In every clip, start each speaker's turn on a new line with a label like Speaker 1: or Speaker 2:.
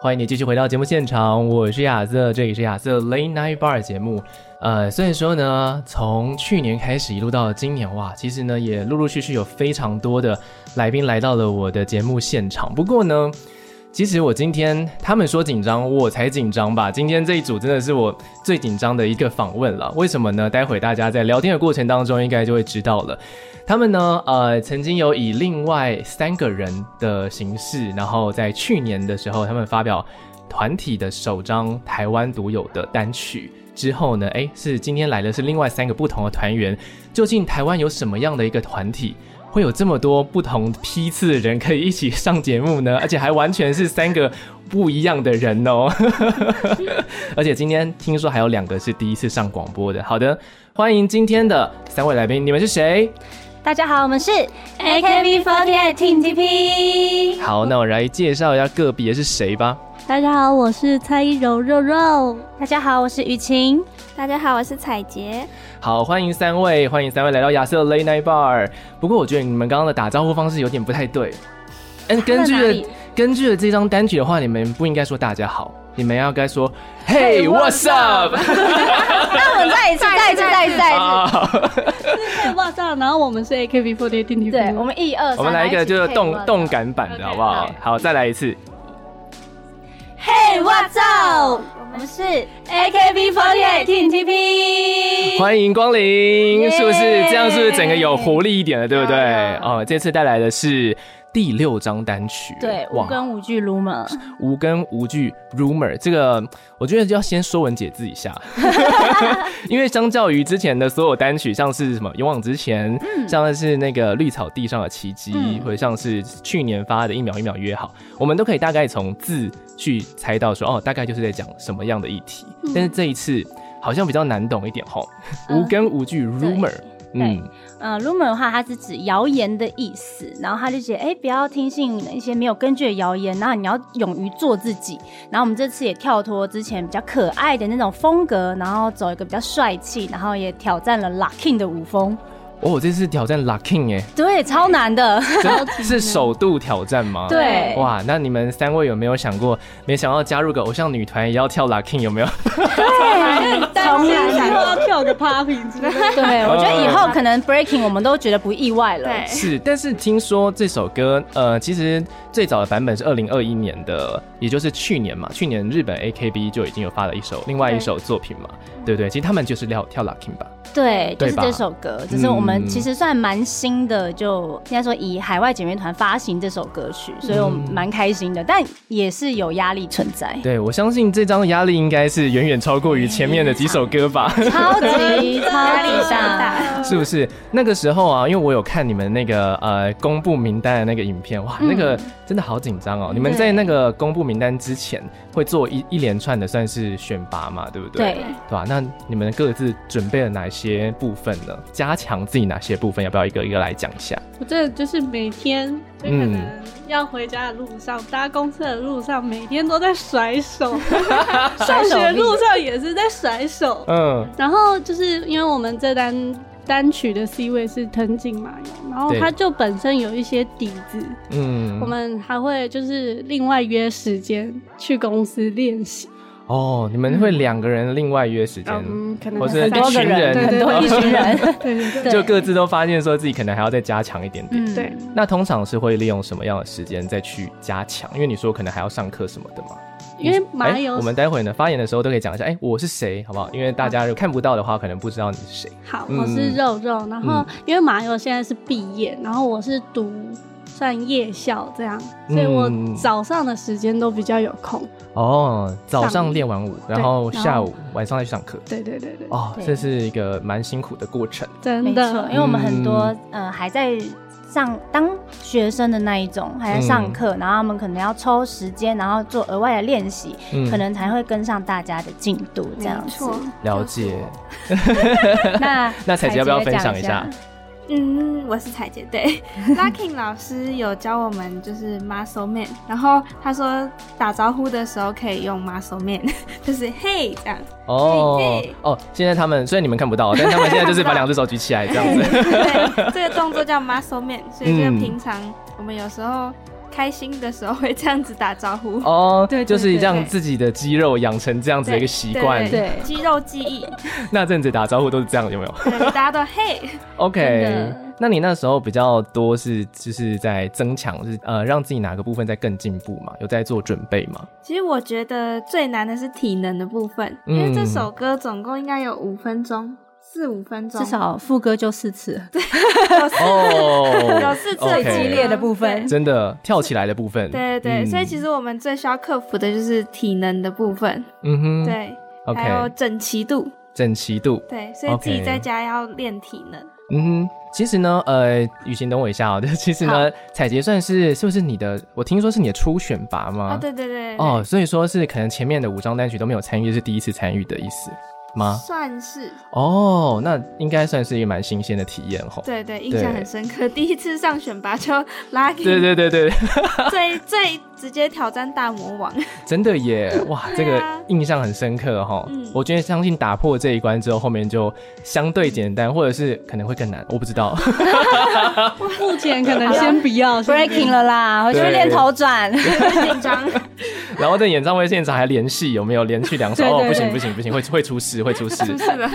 Speaker 1: 欢迎你继续回到节目现场，我是亚瑟，这里是亚瑟 Late Night Bar 节目。呃，虽然说呢，从去年开始一路到今年，哇，其实呢也陆陆续续有非常多的来宾来到了我的节目现场。不过呢，其实我今天他们说紧张，我才紧张吧。今天这一组真的是我最紧张的一个访问了。为什么呢？待会大家在聊天的过程当中应该就会知道了。他们呢，呃，曾经有以另外三个人的形式，然后在去年的时候，他们发表团体的首张台湾独有的单曲。之后呢，诶，是今天来的是另外三个不同的团员。究竟台湾有什么样的一个团体，会有这么多不同批次的人可以一起上节目呢？ 而且还完全是三个不一样的人哦。 而且今天听说还有两个是第一次上广播的。好的，欢迎今天的三位来宾，你们是谁？
Speaker 2: 大家好，我们是 AKB48 Team TP。
Speaker 1: 好，那我来介绍一下个别是谁吧。
Speaker 3: 大家好，我是蔡依柔肉肉。
Speaker 2: 大家好，我是雨晴。
Speaker 4: 大家好，我是彩杰。
Speaker 1: 好，欢迎三位，欢迎三位来到亚瑟 Late Night Bar。不过我觉得你们刚刚的打招呼方式有点不太对。 嗯，根据
Speaker 2: 哪
Speaker 1: 了
Speaker 2: 里
Speaker 1: 根据了这张单曲的话，你们不应该说大家好，你们要该说 Hey what's
Speaker 2: what's
Speaker 1: up？
Speaker 2: 那我们再一次，再一次，再一次，再一次。
Speaker 1: 好，
Speaker 3: 对，哇塞！然后我们是 AKB48 电梯
Speaker 4: 对，我们一二三，
Speaker 1: 我们来一个就是动
Speaker 4: 然后
Speaker 1: 动感版的好不好
Speaker 4: OK，？
Speaker 1: 好，再来一次。
Speaker 2: Hey what's up？
Speaker 4: 我
Speaker 2: 我
Speaker 4: 们
Speaker 2: 们是 AKB48 Team TP。
Speaker 1: 欢迎光临，
Speaker 2: 耶
Speaker 1: 是不是这样？是不是整个有活力一点了，对不对
Speaker 4: 有有？
Speaker 1: 哦，这次带来的是第六张单曲，
Speaker 3: 对五跟五句 rumor，
Speaker 1: 无根无据 rumor 这个，我觉得要先说文解字一下， 因为相较于之前的所有单曲，像是什么《勇往直前》，像是那个《绿草地上的奇迹》，或者像是去年发的《一秒一秒约好》，我们都可以大概从字去猜到说，哦，大概就是在讲什么样的议题。但是这一次好像比较难懂一点吼，
Speaker 3: 嗯
Speaker 1: 无根无据 rumor，嗯，
Speaker 3: 呃，rumor 的话，它是指谣言的意思，然后他就写，哎、不要听信一些没有根据的谣言，然后你要勇于做自己。然后我们这次也跳脱之前比较可爱的那种风格，然后走一个比较帅气，然后也挑战了 locking 的舞风，
Speaker 1: 哦，这次挑战 locking 哎、
Speaker 3: 对，超难的。
Speaker 1: 这是首度挑战吗？
Speaker 3: 对
Speaker 1: 哦哇，那你们三位有没有想过，没想到加入个偶像女团也要跳 locking 有没有？
Speaker 3: 担心以后要跳个 popping 之类的。
Speaker 2: 对，
Speaker 3: 我觉得以
Speaker 1: 嗯
Speaker 3: 后可能 breaking 我们都觉得不意外了。
Speaker 4: 对，
Speaker 1: 是，但是听说这首歌，呃，其实最早的版本是二零二一年的，也就是去年嘛，去年日本 AKB 就已经有发了一首另外一首作品嘛，对不对？其实他们就是跳跳 locking 吧，
Speaker 3: 对，就
Speaker 1: 对
Speaker 3: 是
Speaker 1: 吧
Speaker 3: 这首歌，就是我们
Speaker 1: 嗯，
Speaker 3: 其实算蛮新的，就应该说以海外姐妹团发行这首歌曲，所以我们蛮开心的，但也是有压力存在
Speaker 1: 对我相信这张压力应该是远远超过于前面的几首歌吧。
Speaker 3: 超级 超
Speaker 4: 压力
Speaker 3: 级
Speaker 4: 山
Speaker 3: 大。
Speaker 4: 大。
Speaker 1: 是不是那个时候啊？因为我有看你们那个呃公布名单的那个影片，哇，那
Speaker 3: 嗯
Speaker 1: 个真的好紧张哦！你们在那个公布名单之前会做一一连串的算是选拔嘛，对不对？
Speaker 3: 对，
Speaker 1: 对吧、那你们各自准备了哪些部分呢？加强自己哪些部分？要不要一个一个来讲一下？
Speaker 5: 我真的就是每天，就可能要回家的路上、搭公车的路上，每天都在甩手， 上学路上也是在甩手。
Speaker 1: 嗯，
Speaker 5: 然后就是因为我们这单单曲的 C 位是藤井麻友，然后
Speaker 1: 对
Speaker 5: 他就本身有一些底子，
Speaker 1: 嗯，
Speaker 5: 我们还会就是另外约时间去公司练习。
Speaker 1: 哦，你们会
Speaker 3: 嗯
Speaker 1: 两个人另外约时间，
Speaker 5: 嗯，可能
Speaker 1: 或是
Speaker 3: 很
Speaker 1: 一
Speaker 3: 多
Speaker 1: 群
Speaker 3: 个人，
Speaker 1: 人，
Speaker 3: 很
Speaker 5: 对对
Speaker 3: 多
Speaker 5: 对
Speaker 3: 一群人，
Speaker 5: 对对对
Speaker 3: 对
Speaker 1: 就各自都发现说自己可能还要再加强一点点。
Speaker 3: 嗯
Speaker 5: 对，
Speaker 1: 那通常是会利用什么样的时间再去加强？因为你说可能还要上课什么的嘛。
Speaker 5: 因为麻
Speaker 1: 哎
Speaker 5: 友
Speaker 1: 我们待会呢发言的时候都可以讲一下，哎、我是谁，好不好？因为大家如果看不到的话，可能不知道你是谁。
Speaker 5: 好，
Speaker 1: 嗯
Speaker 5: 我是肉肉，然后因为马友现在是毕业，然后我是读算夜校这样，所以我
Speaker 1: 嗯
Speaker 5: 早上的时间都比较有空。
Speaker 1: 哦，早上
Speaker 5: 上
Speaker 1: 练完舞，然
Speaker 5: 对
Speaker 1: 后
Speaker 5: 然
Speaker 1: 下
Speaker 5: 后
Speaker 1: 午晚上再去上课。
Speaker 5: 对对对对，
Speaker 1: 哦，
Speaker 3: 对
Speaker 1: 这是一个蛮辛苦的过程。
Speaker 5: 真
Speaker 3: 没错，因
Speaker 5: 的
Speaker 1: 嗯
Speaker 3: 为我们很多呃还在。上当学生的那一种，还在上课，
Speaker 1: 嗯
Speaker 3: 然后他们可能要抽时间，然后做额外的练习，
Speaker 1: 嗯
Speaker 3: 可能才会跟上大家的进度这样
Speaker 4: 没
Speaker 3: 子。
Speaker 4: 错。
Speaker 1: 了解。
Speaker 3: 那
Speaker 1: 那彩姐要不要分
Speaker 3: 讲
Speaker 1: 享一下？
Speaker 4: 嗯，我是彩 姐。对，Lucky 老师有教我们就是 muscle man，然后他说打招呼的时候可以用 muscle man，就是 嘿 这样。
Speaker 1: 哦
Speaker 4: 嘿嘿
Speaker 1: 哦，现在他们虽然你们看不到，但他们现在 就是把两只手举起来这样子。
Speaker 4: 对，这个动作叫 muscle man，所以就是
Speaker 1: 嗯
Speaker 4: 平常我们有时候开心的时候会这样子打招呼。
Speaker 1: 哦，
Speaker 3: 对对
Speaker 1: 就是
Speaker 3: 对
Speaker 1: 让
Speaker 4: 对
Speaker 1: 自己的肌肉养成这样子的一个习惯。
Speaker 3: 对
Speaker 4: 肌肉记忆，
Speaker 1: 那阵子打招呼都是这样，有没有
Speaker 4: 对，大家都嘿，
Speaker 1: ？OK
Speaker 3: 真。
Speaker 1: 那你那时候比较多是就是在增强，是呃让自己哪个部分在更进步嘛？有在做准备 吗？
Speaker 4: 其实我觉得最难的是体能的部分，
Speaker 1: 嗯
Speaker 4: 因为这首歌总共应该有五分钟，四五分钟，
Speaker 3: 至少副歌就四次，
Speaker 1: 哦，
Speaker 4: 有四次
Speaker 1: OK
Speaker 4: 最激烈的部分
Speaker 1: 真的跳起来的部分。
Speaker 4: 对对对，
Speaker 1: 嗯
Speaker 4: 所以其实我们最需要克服的就是体能的部分，
Speaker 1: 嗯哼，
Speaker 4: 对，还有
Speaker 1: ，OK，
Speaker 4: 整齐度，
Speaker 1: 整齐度，
Speaker 4: 对，所以自己
Speaker 1: OK
Speaker 4: 在家要练体能。
Speaker 1: 嗯哼。其实呢，呃，雨晴等我一下哦。 其实呢，彩杰算是是不是你的？我听说是你的初选拔吗？
Speaker 4: 哦，对对对，对
Speaker 1: 哦，，所以说是可能前面的五张单曲都没有参与，是第一次参与的意思吗？
Speaker 4: 算是，
Speaker 1: 哦，那应该算是一个蛮新鲜的体验吼。
Speaker 4: 对对，印象很深刻。第一次上选拔就拉 给
Speaker 1: 对对对对，
Speaker 4: 最最直接挑战大魔王，
Speaker 1: 真的耶！哇，这
Speaker 4: 对
Speaker 1: 个
Speaker 4: 啊
Speaker 1: 印象很深刻哈。
Speaker 4: 嗯
Speaker 1: 我觉得相信打破这一关之后，后面就相对简单，或者是可能会更难，我不知道。
Speaker 5: 目前 可能先不要先不要
Speaker 3: breaking 了啦，回去
Speaker 1: 对
Speaker 3: 练头 转。
Speaker 4: 紧张，
Speaker 1: 然后在演唱会现场还连戏，有没有连续两首？
Speaker 3: 对对
Speaker 1: 哦，不行
Speaker 3: 对
Speaker 1: 不行不行，会会出事会出 事。
Speaker 4: 是吧？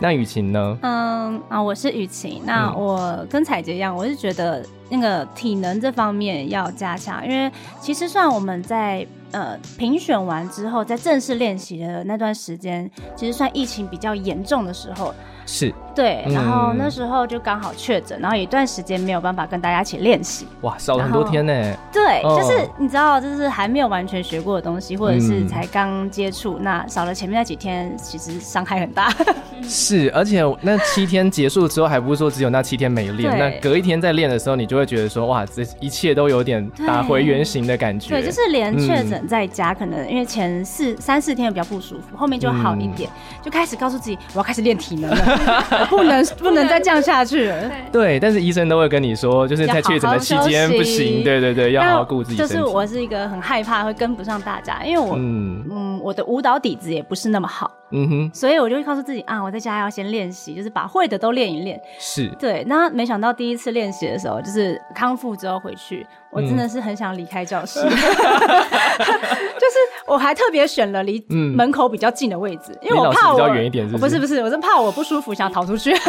Speaker 1: 那雨晴呢？
Speaker 3: 嗯啊，我是雨晴。那
Speaker 1: 嗯
Speaker 3: 我跟彩杰一样，我是觉得那个体能这方面要加强，因为其实算我们在呃评选完之后，在正式练习的那段时间，其实算疫情比较严重的时候，
Speaker 1: 是
Speaker 3: 对。
Speaker 1: 嗯
Speaker 3: 然后那时候就刚好确诊，然后有一段时间没有办法跟大家一起练习。
Speaker 1: 哇，少了很多
Speaker 3: 然后
Speaker 1: 天呢。
Speaker 3: 对，
Speaker 1: 哦
Speaker 3: 就是你知道，就是还没有完全学过的东西，或者是
Speaker 1: 嗯
Speaker 3: 才刚接触，那少了前面那几天，其实伤害很大。
Speaker 1: 是，而且那七天结束之后，还不是说只有那七天没练，
Speaker 3: 对
Speaker 1: 那隔一天再练的时候，你就会觉得说，哇，这一切都有点打回原形的感觉。
Speaker 3: 对，就是连确
Speaker 1: 嗯
Speaker 3: 诊在家，可能因为前四三四天比较不舒服，后面就好一点，
Speaker 1: 嗯
Speaker 3: 就开始告诉自己我要开始练体 能了，不能不能再这样下去了。
Speaker 1: 对，但是医生都会跟你说，就是在
Speaker 3: 要好
Speaker 1: 确诊的
Speaker 3: 好
Speaker 1: 期
Speaker 3: 休
Speaker 1: 间 不
Speaker 3: 息
Speaker 1: 行，对对对，要好好顾自己
Speaker 3: 就
Speaker 1: 身体。
Speaker 3: 是我是一个很害怕会跟不上大家，因为我。嗯
Speaker 1: 嗯
Speaker 3: 我的舞蹈底子也不是那么好，
Speaker 1: 嗯哼，
Speaker 3: 所以我就会告诉自己啊，我在家要先练习，就是把会的都练一练。
Speaker 1: 是
Speaker 3: 对，那没想到第一次练习的时候，就是康复之后回去，我真
Speaker 1: 嗯
Speaker 3: 的是很想离开 教室， 就是我还特别选了离
Speaker 1: 嗯
Speaker 3: 门口比较近的位置，因为
Speaker 1: 离
Speaker 3: 我
Speaker 1: 老师
Speaker 3: 怕
Speaker 1: 比
Speaker 3: 我
Speaker 1: 较远一点是不
Speaker 3: 我不
Speaker 1: 是哦
Speaker 3: 是不是，我是怕我不舒服，想逃出去，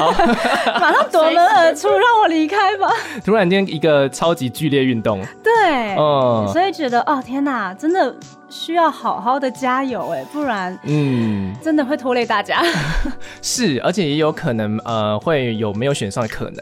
Speaker 3: 马上夺门而出，让我离开吧。
Speaker 1: 突然间一个超级剧烈运动，
Speaker 3: 对，
Speaker 1: 嗯
Speaker 3: 哎所以觉得哦天哪，真的需要好好的加油哎，不然
Speaker 1: 嗯，
Speaker 3: 真的会拖累大家。
Speaker 1: 是，而且也有可能呃会有没有选上的可能。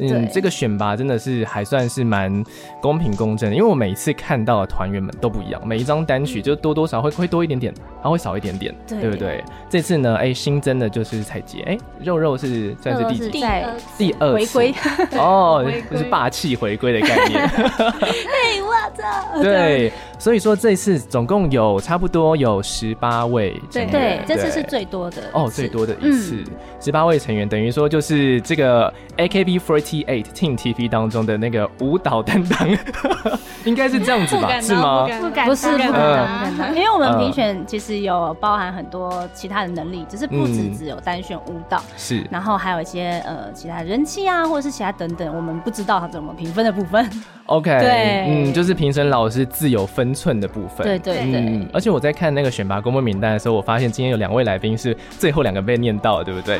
Speaker 1: 嗯
Speaker 3: 对，
Speaker 1: 这个选拔真的是还算是蛮公平公正的，因为我每一次看到的团员们都不一样，每一张单曲就多多少会会多一点点，然后会少一点点，
Speaker 3: 对
Speaker 1: 不对？这次呢，哎，新增的就是彩杰，哎，肉肉是算是第
Speaker 3: 是
Speaker 1: 几？
Speaker 3: 在
Speaker 1: 第二
Speaker 3: 回
Speaker 1: 次
Speaker 3: 归，
Speaker 1: 哦
Speaker 5: 回，
Speaker 1: 就是
Speaker 5: 归
Speaker 1: 霸气回归的概念。 嘿，我操！ 对，所以说这次总共有差不多有十八位成员，
Speaker 3: 对，这次是最嗯多的
Speaker 1: 哦，最多的一次，十八、位成员，等于说就是这个 AKB48 Team TP 当中的那个舞蹈担当， 应该是这样子
Speaker 5: 不
Speaker 1: 吧？
Speaker 5: 敢
Speaker 1: 是
Speaker 5: 当，
Speaker 1: 吗
Speaker 5: 不？敢
Speaker 4: 不
Speaker 5: 当，
Speaker 4: 敢
Speaker 3: 不是不
Speaker 4: 当
Speaker 3: 可
Speaker 1: 嗯
Speaker 3: 能，不可能因为我们
Speaker 1: 嗯
Speaker 3: 评选其实有包含很多其他的能力，只是不止
Speaker 1: 嗯
Speaker 3: 只有单选舞蹈，
Speaker 1: 是
Speaker 3: 然后还有一些呃其他人气啊，或者是其他等等，我们不知道它怎么评分的部分。
Speaker 1: ，OK，
Speaker 3: 对
Speaker 1: 嗯，就是评审老师自有分寸的部分，
Speaker 3: 对对对，
Speaker 1: 嗯，而且我在看那个选拔公布名单的时候，我发现今天有两位来宾是最后两个被念到的，对不对？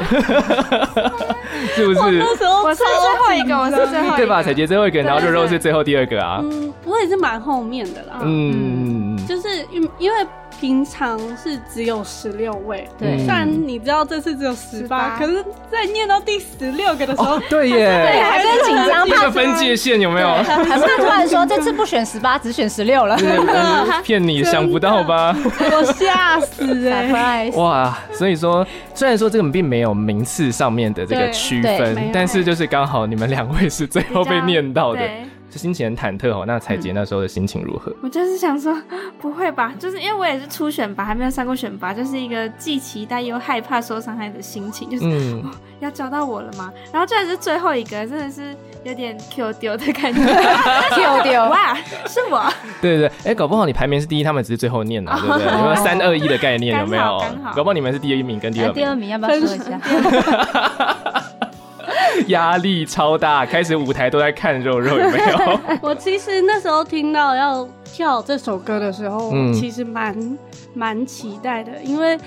Speaker 1: 是不是？
Speaker 5: 那时候
Speaker 4: 我是最后一个，我是最后一 个，
Speaker 1: 对吧？彩杰最后一个，然后肉肉是最后第二个啊。
Speaker 5: 嗯，我也是蛮后面的啦，
Speaker 1: 嗯，
Speaker 5: 就是因因为平常是只有十六位，
Speaker 1: 嗯
Speaker 3: 对
Speaker 5: 虽然你知道这次只有十八，
Speaker 4: 18
Speaker 5: 可是在念到第十六个的时候，
Speaker 1: 哦，对耶，
Speaker 5: 还在
Speaker 3: 紧张，
Speaker 1: 这
Speaker 3: 怕
Speaker 1: 个分界线有没有？
Speaker 3: 还怕突然说这次不选十八，只选十六了
Speaker 1: 真的骗你想不到吧？
Speaker 5: 我吓死 哎、
Speaker 3: ，surprise！
Speaker 1: 哇，所以说虽然说这个并没有名次上面的这个
Speaker 5: 对
Speaker 1: 区
Speaker 3: 对
Speaker 1: 分
Speaker 5: 没，有
Speaker 1: 但是就是刚好你们两位是最后被念到的，
Speaker 4: 对，
Speaker 1: 这心情很忐忑哦。那彩杰那时候的心情如何？
Speaker 4: 我就是想说，不会吧？就是因为我也是初选拔，还没有上过选拔，就是一个既期待又害怕受伤害的心情，就是
Speaker 1: 嗯，
Speaker 4: 要找到我了吗？然后居然是最后一个，真的是有点 Q 丢的感觉。
Speaker 3: 丢丢，
Speaker 4: 哇，是我，
Speaker 1: 对对对，哎，搞不好你排名是第一，他们只是最后念啊，对不对？有没有三二一的概念？有没有
Speaker 4: 刚好刚？好
Speaker 1: 搞不好你们是第一名跟第
Speaker 3: 那
Speaker 1: 二
Speaker 3: 哎第二
Speaker 1: 名，
Speaker 3: 名要不要说一 下？
Speaker 1: 压力超大，开始舞台都在看肉肉，有没有？
Speaker 5: 我其实那时候听到要跳这首歌的时候，
Speaker 1: 嗯
Speaker 5: 我其实蛮蛮期待的，因为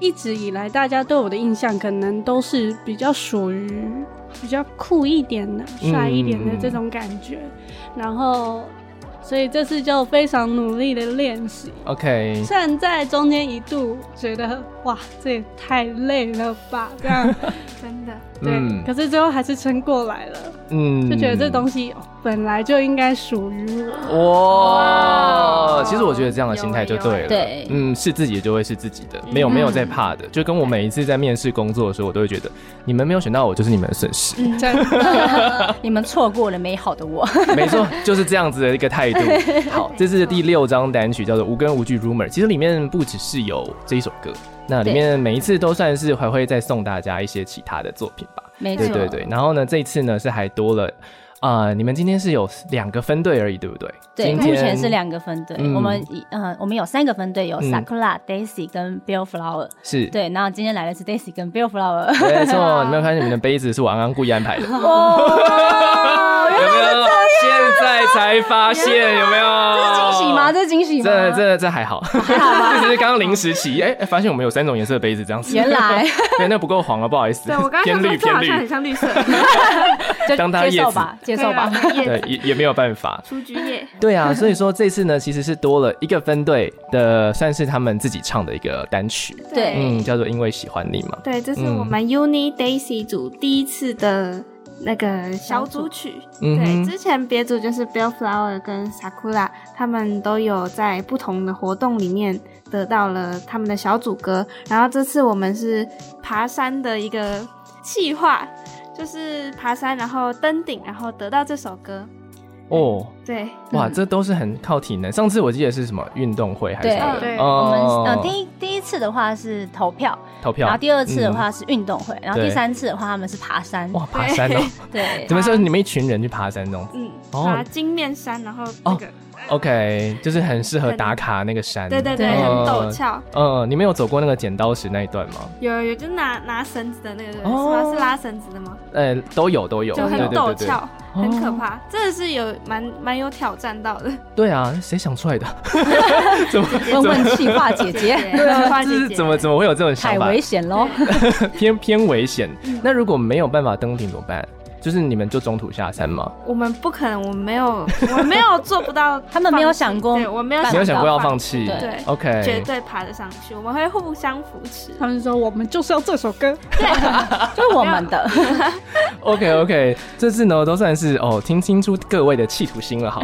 Speaker 5: 一直以来大家对我的印象可能都是比较属于比较酷一点的、
Speaker 1: 嗯
Speaker 5: 帅一点的这种感觉，然后所以这次就非常努力的练习。
Speaker 1: 嗯 OK，
Speaker 5: 虽然在中间一度觉得哇，这也太累了吧，这样
Speaker 4: 真的。
Speaker 5: 对，
Speaker 1: 嗯
Speaker 5: 可是最后还是撑过来了，
Speaker 1: 嗯
Speaker 5: 就觉得这东西、哦本来就应该属于我。
Speaker 1: 哇，
Speaker 4: 哇
Speaker 1: 其实我觉得这样的心态就对了，
Speaker 3: 有欸有欸对
Speaker 1: 嗯，是自己就会是自己的，没有没有在怕的，就跟我每一次在面试工作的时候，我都会觉得你们没有选到我就是你们的损失，
Speaker 5: 真的
Speaker 3: 你们错过了美好的我，
Speaker 1: 没错，就是这样子的一个态度。好，这是第六张单曲叫做《无根无据 Rumor》，其实里面不只是有这一首歌，那里面每一次都算是还会再送大家一些其他的作品吧，
Speaker 3: 没错
Speaker 1: 对，对对，然后呢，这一次呢是还多了。啊、你们今天是有两个分队而已，对不对？
Speaker 3: 对，
Speaker 1: 今
Speaker 3: 目
Speaker 1: 天
Speaker 3: 前是两个分队，
Speaker 1: 嗯
Speaker 3: 我们一嗯，我们有三个分队，有
Speaker 1: 嗯
Speaker 3: Sakura、Daisy 跟 Bill Flower。
Speaker 1: 是
Speaker 3: 对，然后今天来的是 Daisy 跟 Bill Flower。
Speaker 1: 没错，你没有看见你们的杯子是我刚刚故意安排 的，有没
Speaker 3: 啊
Speaker 1: 有？现在才发现有没有？
Speaker 3: 这是惊喜吗？？这是惊喜吗？
Speaker 1: 哦这这这还好，还好 吧？这只是刚刚临时起，哎、哎发现我们有三种颜色的杯子这样子。
Speaker 3: 原来
Speaker 1: 对，那不够黄了，不好意思
Speaker 4: 对，我刚刚
Speaker 1: 偏
Speaker 4: 想
Speaker 1: 绿
Speaker 4: 说，这
Speaker 1: 偏
Speaker 4: 好像很
Speaker 1: 绿，
Speaker 4: 像绿色，
Speaker 3: 就
Speaker 1: 当他
Speaker 3: 接受
Speaker 1: 叶子
Speaker 3: 吧，接受吧。
Speaker 4: 对
Speaker 1: 对
Speaker 4: 啊，
Speaker 1: 也也没有办 法。
Speaker 4: 雏菊叶，
Speaker 1: 对啊，所以说这次呢，其实是多了一个分队的，算是他们自己唱的一个单曲，
Speaker 3: 对
Speaker 1: 嗯，叫做《因为喜欢你》嘛。
Speaker 4: 对，这是
Speaker 1: 嗯
Speaker 4: 我们 Uni Daisy 组第一次的那个小组曲。
Speaker 1: 嗯
Speaker 4: 对，
Speaker 1: 哼
Speaker 4: 之前别组就是 Bill Flower 跟 Sakura，他们都有在不同的活动里面得到了他们的小组歌。然后这次我们是爬山的一个计划，就是爬山，然后登顶，然后得到这首歌。
Speaker 1: 哦，
Speaker 4: 对，
Speaker 3: 嗯
Speaker 1: 哇，这都是很靠体能。上次我记得是什么运动会还是
Speaker 3: 对
Speaker 1: 什么的？
Speaker 4: 对
Speaker 3: 我们
Speaker 1: 哦
Speaker 3: 呃第一第一次的话是投票，
Speaker 1: 投票，
Speaker 3: 然后第二次的话是运动会，然后第三次的话他们是爬山
Speaker 1: 嗯，。哇，爬山 哦，
Speaker 3: 对
Speaker 1: 怎么说？你们一群人去爬山哦
Speaker 4: 嗯，
Speaker 1: 哦
Speaker 4: 爬金面山，然后那个，
Speaker 1: ？OK，就是很适合打卡那个山。
Speaker 4: 对对对，
Speaker 3: 对
Speaker 4: 很
Speaker 1: 嗯
Speaker 4: 陡峭。
Speaker 1: 嗯，你们有走过那个剪刀石那一段吗？
Speaker 4: 有有，就拿拿绳子的那个是
Speaker 1: 哦
Speaker 4: 吗？是拉绳子的吗？
Speaker 3: 嗯
Speaker 1: 呃，都有都有，
Speaker 4: 就很
Speaker 1: 对哦对
Speaker 4: 陡
Speaker 1: 对对
Speaker 4: 峭，很可怕，真的是有蛮蛮有挑战到的。
Speaker 1: 对啊，谁想出来 的？怎么怎
Speaker 3: 问
Speaker 1: 么？
Speaker 3: 问气化姐姐，
Speaker 4: 对 啊
Speaker 1: 这是怎么怎么会有这种想
Speaker 3: 太
Speaker 1: 法
Speaker 3: 危？险嗯喽！
Speaker 1: 偏偏危险。那如果没有办法登顶怎么办？就是你们就中途下山吗？
Speaker 4: 我们不可能，我没有，我没有做不到放弃。
Speaker 3: 他们没有想过
Speaker 4: 对我没有
Speaker 3: 办
Speaker 1: 没有
Speaker 3: 法
Speaker 1: 想过要放
Speaker 4: 弃，
Speaker 1: 弃？
Speaker 3: 对
Speaker 4: 对绝
Speaker 1: ，OK，
Speaker 4: 对爬得上去。我们会互相扶持。
Speaker 5: 他们说我们就是要这首 歌，
Speaker 3: 就我们的
Speaker 1: OK OK，这次呢都算是哦，听清楚各位的企图心了， 好。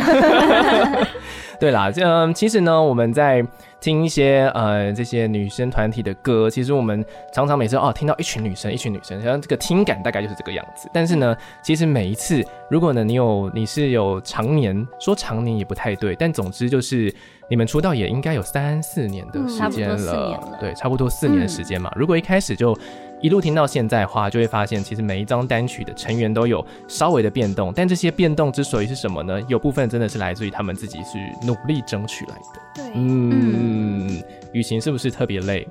Speaker 1: 对啦，这、嗯其实呢，我们在听一些呃这些女生团体的歌，其实我们常常每次哦听到一群女生一群女生，然后这个听感大概就是这个样子。但是
Speaker 3: 嗯
Speaker 1: 呢，其实每一次，如果呢你有你是有常年说常年也不太对，但总之就是你们出道也应该有三四年的时间
Speaker 3: 嗯差不多四
Speaker 1: 了，
Speaker 3: 年了嗯
Speaker 1: 对，差不多四年的时间嘛。如果一开始就一路听到现在的话，就会发现其实每一张单曲的成员都有稍微的变动，但这些变动之所以是什么呢？有部分真的是来自于他们自己是努力争取来的。
Speaker 4: 对，
Speaker 1: 嗯，雨晴是不是特别累？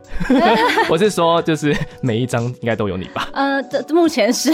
Speaker 1: 我是说，就是每一张应该都有你吧。
Speaker 3: 呃，这这目前是，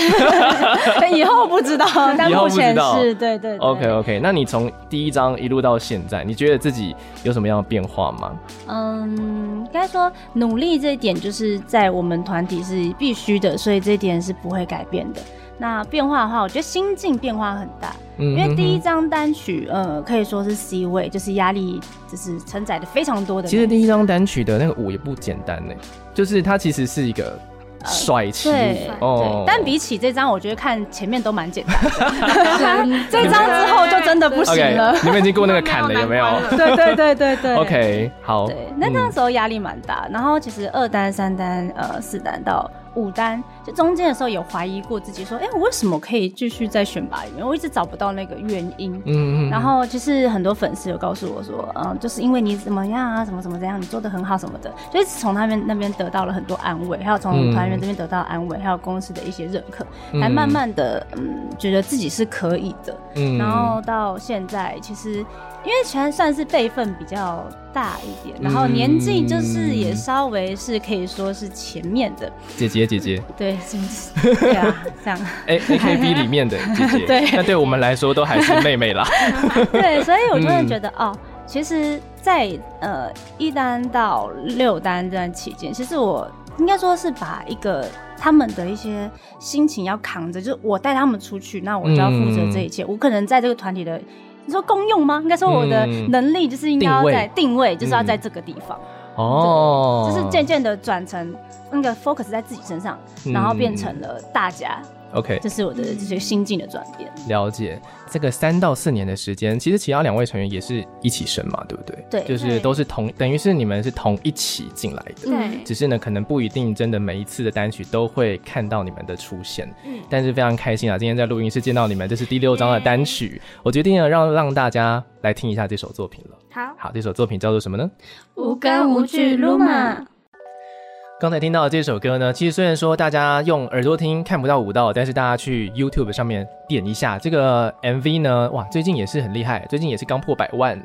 Speaker 3: 以后不知道，但
Speaker 1: 以后
Speaker 3: 目
Speaker 1: 不知
Speaker 3: 前
Speaker 1: 道
Speaker 3: 是对对对
Speaker 1: OK OK，那你从第一张一路到现在，你觉得自己有什么样的变化吗？
Speaker 3: 嗯，应该说努力这一点就是在我们团体是必须的，所以这一点是不会改变的。那变化的话，我觉得心境变化很大，
Speaker 1: 嗯
Speaker 3: 因为第一张单曲，呃，可以说是 C 位，就是压力就是承载的非常多的。
Speaker 1: 其实第一张单曲的那个舞也不简单呢，就是它其实是一个帅气
Speaker 3: 对
Speaker 1: 哦
Speaker 3: 对，但比起这张，我觉得看前面都蛮简单。
Speaker 4: 这
Speaker 3: 这张之后就真的不行
Speaker 1: OK，
Speaker 3: 了。
Speaker 1: 你们已经过那个坎 了，有没有
Speaker 4: 嗯
Speaker 3: 对对对对对。
Speaker 1: ？OK，好，
Speaker 3: 对，那那时候压力蛮大，然后其实二单、三单、呃四单到五单，就中间的时候有怀疑过自己，说，哎、我为什么可以继续在选拔里面？我一直找不到那个原因。
Speaker 1: 嗯嗯嗯
Speaker 3: 然后就是很多粉丝有告诉我说，嗯，就是因为你怎么样啊，怎么怎么怎样，你做的很好什么的，就是从他们那边得到了很多安慰，还有
Speaker 1: 嗯
Speaker 3: 从团员这边得到安慰，还有公司的一些认可，
Speaker 1: 嗯
Speaker 3: 才慢慢的嗯觉得自己是可以的。
Speaker 1: 嗯
Speaker 3: 然后到现在，其实因为全算是辈分比较大一点，然后年纪就是也稍微是可以说是前面的，
Speaker 1: 姐姐姐姐，
Speaker 3: 对，是 对啊，这样，
Speaker 1: 哎，A K B 里面的姐姐，
Speaker 3: 对
Speaker 1: 那对我们来说都还是妹妹啦。
Speaker 3: 对，所以我真
Speaker 1: 嗯
Speaker 3: 的觉得、哦，其实在，呃一单到六单这段期间，其实我应该说是把一个。他们的一些心情要扛着，就是我带他们出去，那我就要负责这一
Speaker 1: 嗯
Speaker 3: 切。我可能在这个团体的，你说公用吗？应该说我的
Speaker 1: 嗯
Speaker 3: 能力就是应该要
Speaker 1: 定位
Speaker 3: 在定位，就是要
Speaker 1: 嗯
Speaker 3: 在这个地方。
Speaker 1: 哦，
Speaker 3: 就是渐渐的转成那个 focus 在自己身上，
Speaker 1: 嗯
Speaker 3: 然后变成了大家，
Speaker 1: OK，
Speaker 3: 这是我的这些心境的转变。
Speaker 1: 了解。这个三到四年的时间，其实其他两位成员也是一起生嘛，对不对？
Speaker 3: 对
Speaker 1: 就是都是同，等于是你们是同一起进来的。
Speaker 4: 对
Speaker 1: 只是呢，可能不一定真的每一次的单曲都会看到你们的出现，但是非常开心啊！今天在录音室见到你们，这是第六张的单曲，我决定要让让大家来听一下这首作品了。
Speaker 4: 好，
Speaker 1: 好，这首作品叫做什么呢？
Speaker 2: 无根无据，Luma。
Speaker 1: 刚才听到的这首歌呢，其实虽然说大家用耳朵听看不到舞蹈，但是大家去 YouTube 上面点一下这个 MV 呢，哇，最近也是很厉害，最近也是刚破百万，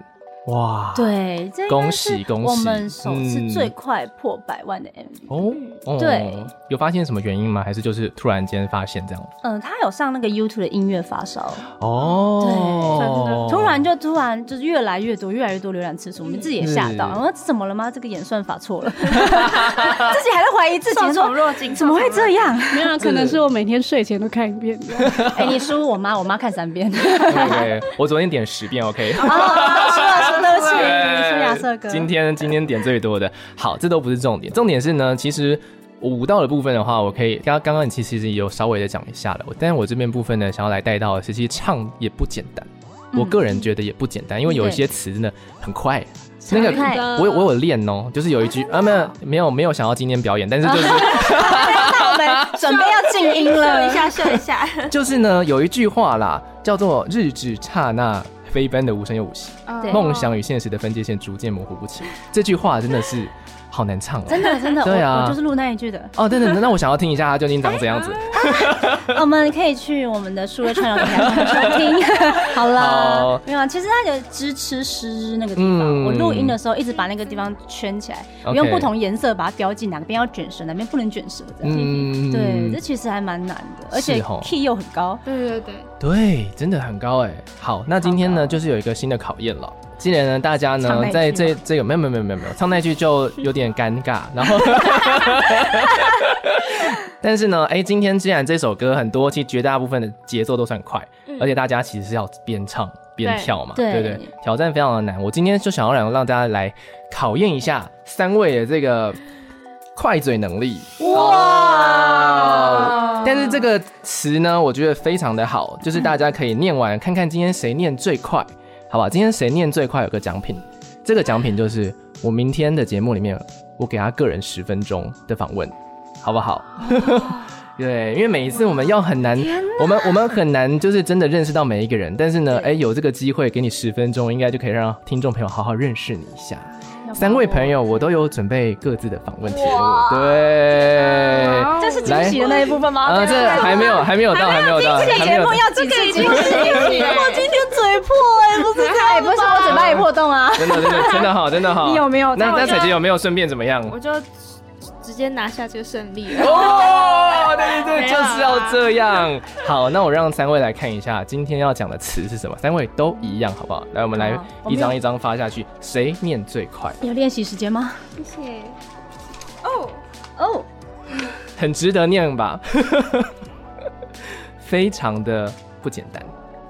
Speaker 1: 哇，，
Speaker 3: 对，这应该
Speaker 1: 恭喜
Speaker 3: 是
Speaker 1: 恭喜
Speaker 3: 我们首次
Speaker 1: 嗯
Speaker 3: 最快破百万的 MV。
Speaker 1: 哦，哦
Speaker 3: 对，
Speaker 1: 有发现什么原因吗？还是就是突然间发现这样？
Speaker 3: 嗯、他有上那个 YouTube 的音乐发烧，
Speaker 1: 哦，
Speaker 3: 突然就突然就是越来越多，越来越多浏览次数，我们自己也吓到，
Speaker 1: 是
Speaker 3: 然后怎么了吗？这个演算法错了，自 己还在怀疑自己说。
Speaker 4: 若惊
Speaker 3: 怎么会这样？
Speaker 5: 没有啊，可能是我每天睡前都看一遍的。
Speaker 3: 哎、你输我妈，我妈看三 遍。
Speaker 1: 对，我昨天点十遍，OK。
Speaker 3: 哦，输了，输了，输了，
Speaker 1: 对
Speaker 3: 输亚瑟哥。
Speaker 1: 今天今天点最多的，好，这都不是重点，重点是呢，其实。舞蹈的部分的话，我可以刚刚刚你其实也有稍微的讲一下了，但是我这边部分呢，想要来带到的是，其实唱也不简单，
Speaker 3: 嗯
Speaker 1: 我个人觉得也不简单，因为有一些词真的很快，那个
Speaker 2: 快
Speaker 1: 我有我有练哦，就是有一句啊没有没有没有想要今天表演，但是 就是
Speaker 3: 那我们准备要静音了，
Speaker 4: 秀一下，秀一 下，
Speaker 1: 就是呢有一句话啦，叫做日指刹那飞奔的无声又无息，
Speaker 3: 对嗯
Speaker 1: 梦想与现实的分界线逐渐模糊不清。这句话真的是好难唱哦。
Speaker 3: 真的真的，
Speaker 1: 对啊
Speaker 3: 我我就是录那一句的。
Speaker 1: 哦，等等，那我想要听一下它究竟长怎样 子。
Speaker 3: 我们可以去我们的数位串流平台上 面收听。好
Speaker 1: 好
Speaker 3: 了，没有啊，其实那个支吃湿那个地
Speaker 1: 嗯
Speaker 3: 方，我录音的时候一直把那个地方圈起来，
Speaker 1: OK
Speaker 3: 我用不同颜色把它标记，哪边要卷舌，哪边不能卷舌，这样。
Speaker 1: 嗯，
Speaker 3: 对，这其实还蛮难的，而
Speaker 1: 是
Speaker 3: 且
Speaker 1: 哦
Speaker 3: key 又很高。
Speaker 4: 对对对，
Speaker 1: 对，真的很高哎。好，那今天呢，就是有一个新的考验了。既然呢，大家
Speaker 3: 唱
Speaker 1: 呢
Speaker 3: 那一句
Speaker 1: 在
Speaker 3: 吗
Speaker 1: 这这个没有没有没有没有没有唱那句就有点尴尬，然 后，但是呢，哎，今天既然这首歌很多，其实绝大部分的节奏都算快，而且大家其实是要边唱边
Speaker 4: 对
Speaker 1: 跳嘛，
Speaker 3: 嗯对
Speaker 1: 对不对，挑战非常的难。我今天就想要让让大家来考验一下三位的这个快嘴能力。哇！但是这个词呢，我觉得非常的好，就是大家可以念完，看看今天谁念最快，好吧？今天谁念最快有个奖品，这个奖品就是我明天的节目里面，我给他个人十分钟的访问，好不好？对，因为每一次我们要很难，我们我们很难就是真的认识到每一个人，但是呢，哎，有这个机会给你十分钟，应该就可以让听众朋友好好认识你一下。三位朋友，我都有准备各自的访问题目，对，
Speaker 4: 哇哦
Speaker 3: 这是惊喜的那一部分吗？
Speaker 1: 啊，这还没有，还没有到，还没有到，
Speaker 3: 这个
Speaker 1: 还没
Speaker 3: 节
Speaker 1: 有
Speaker 3: 目
Speaker 1: 到。
Speaker 3: 要几次惊喜？我今天嘴破哎，不是这样，不是我嘴巴也破洞啊。
Speaker 1: 真的，真的，真的好，真的好。
Speaker 5: 你有没有
Speaker 1: 那
Speaker 4: 那我
Speaker 1: 那
Speaker 4: 就
Speaker 1: 彩姐有没有顺便怎么样？
Speaker 4: 我就直接拿下这个胜利了。
Speaker 1: 哦，对对对，
Speaker 4: 没
Speaker 1: 就
Speaker 3: 啊
Speaker 1: 是
Speaker 4: 有
Speaker 1: 要这样。好，那我让三位来看一下今天要讲的词是什么，三位都一样，好不好？来，我们来
Speaker 3: 好我
Speaker 1: 一
Speaker 3: 们
Speaker 1: 张一张发下去，谁念最快？
Speaker 3: 有练习时 间吗？
Speaker 4: 谢谢。
Speaker 3: 哦，
Speaker 1: 很值得念吧？ 非常的不简单。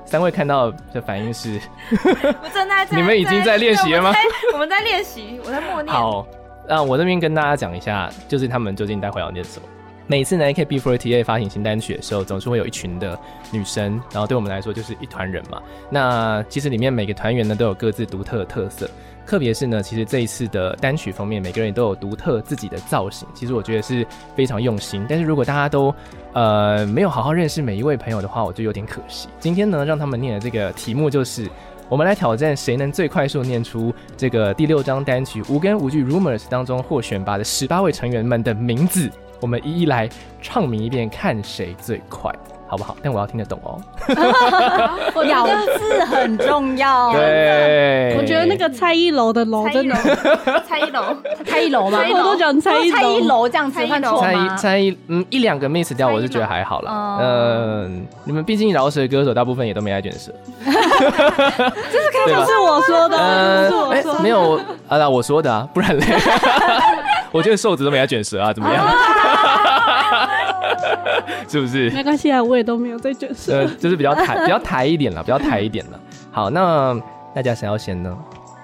Speaker 1: 三位看到的反应是
Speaker 4: 我正在
Speaker 1: 你们已经在练习了吗？
Speaker 4: 我们在练习，我在默念。
Speaker 1: 好。那、我这边跟大家讲一下，就是他们究竟待会要念什么。每次呢 AKB48 发行新单曲的时候，总是会有一群的女生，然后对我们来说就是一团人嘛。那其实里面每个团员呢都有各自独特的特色，特别是呢，其实这一次的单曲封面，每个人都有独特自己的造型，其实我觉得是非常用心。但是如果大家都呃没有好好认识每一位朋友的话，我就有点可惜。今天呢，让他们念的这个题目就是。我们来挑战谁能最快速念出这个第六张单曲《无根无据 Rumors》当中获选拔的十八位成员们的名字，我们一一来唱名一遍，看谁最快，好不好？但我要听得懂哦。
Speaker 3: 咬字很重要。
Speaker 1: 对，
Speaker 5: 我觉哦得那个蔡依楼的楼
Speaker 1: 哦
Speaker 4: 蔡
Speaker 5: 真
Speaker 4: 依
Speaker 5: 的
Speaker 4: 楼， 蔡依楼，
Speaker 3: 蔡一楼吗？
Speaker 4: 蔡依
Speaker 5: 我都讲蔡依
Speaker 3: 蔡一
Speaker 5: 楼，
Speaker 3: 楼这样子算错
Speaker 1: 猜
Speaker 3: 吗
Speaker 1: 一？猜一，嗯，一两个 miss 掉，我是觉得还好啦。嗯，你们毕竟饶舌歌手大部分也都没爱卷舌，对吧
Speaker 5: 这是我说的，这是我
Speaker 1: 哎
Speaker 5: 说，的。
Speaker 1: 没有，啊，我说的啊，不 然嘞，我觉得瘦子都没爱卷舌啊，怎么样？是不是？
Speaker 5: 没关系啊，我也都没有在卷 舌
Speaker 1: 呃。，就是比较抬，比较抬一点了，比较抬一点了。好，那大家谁要先呢？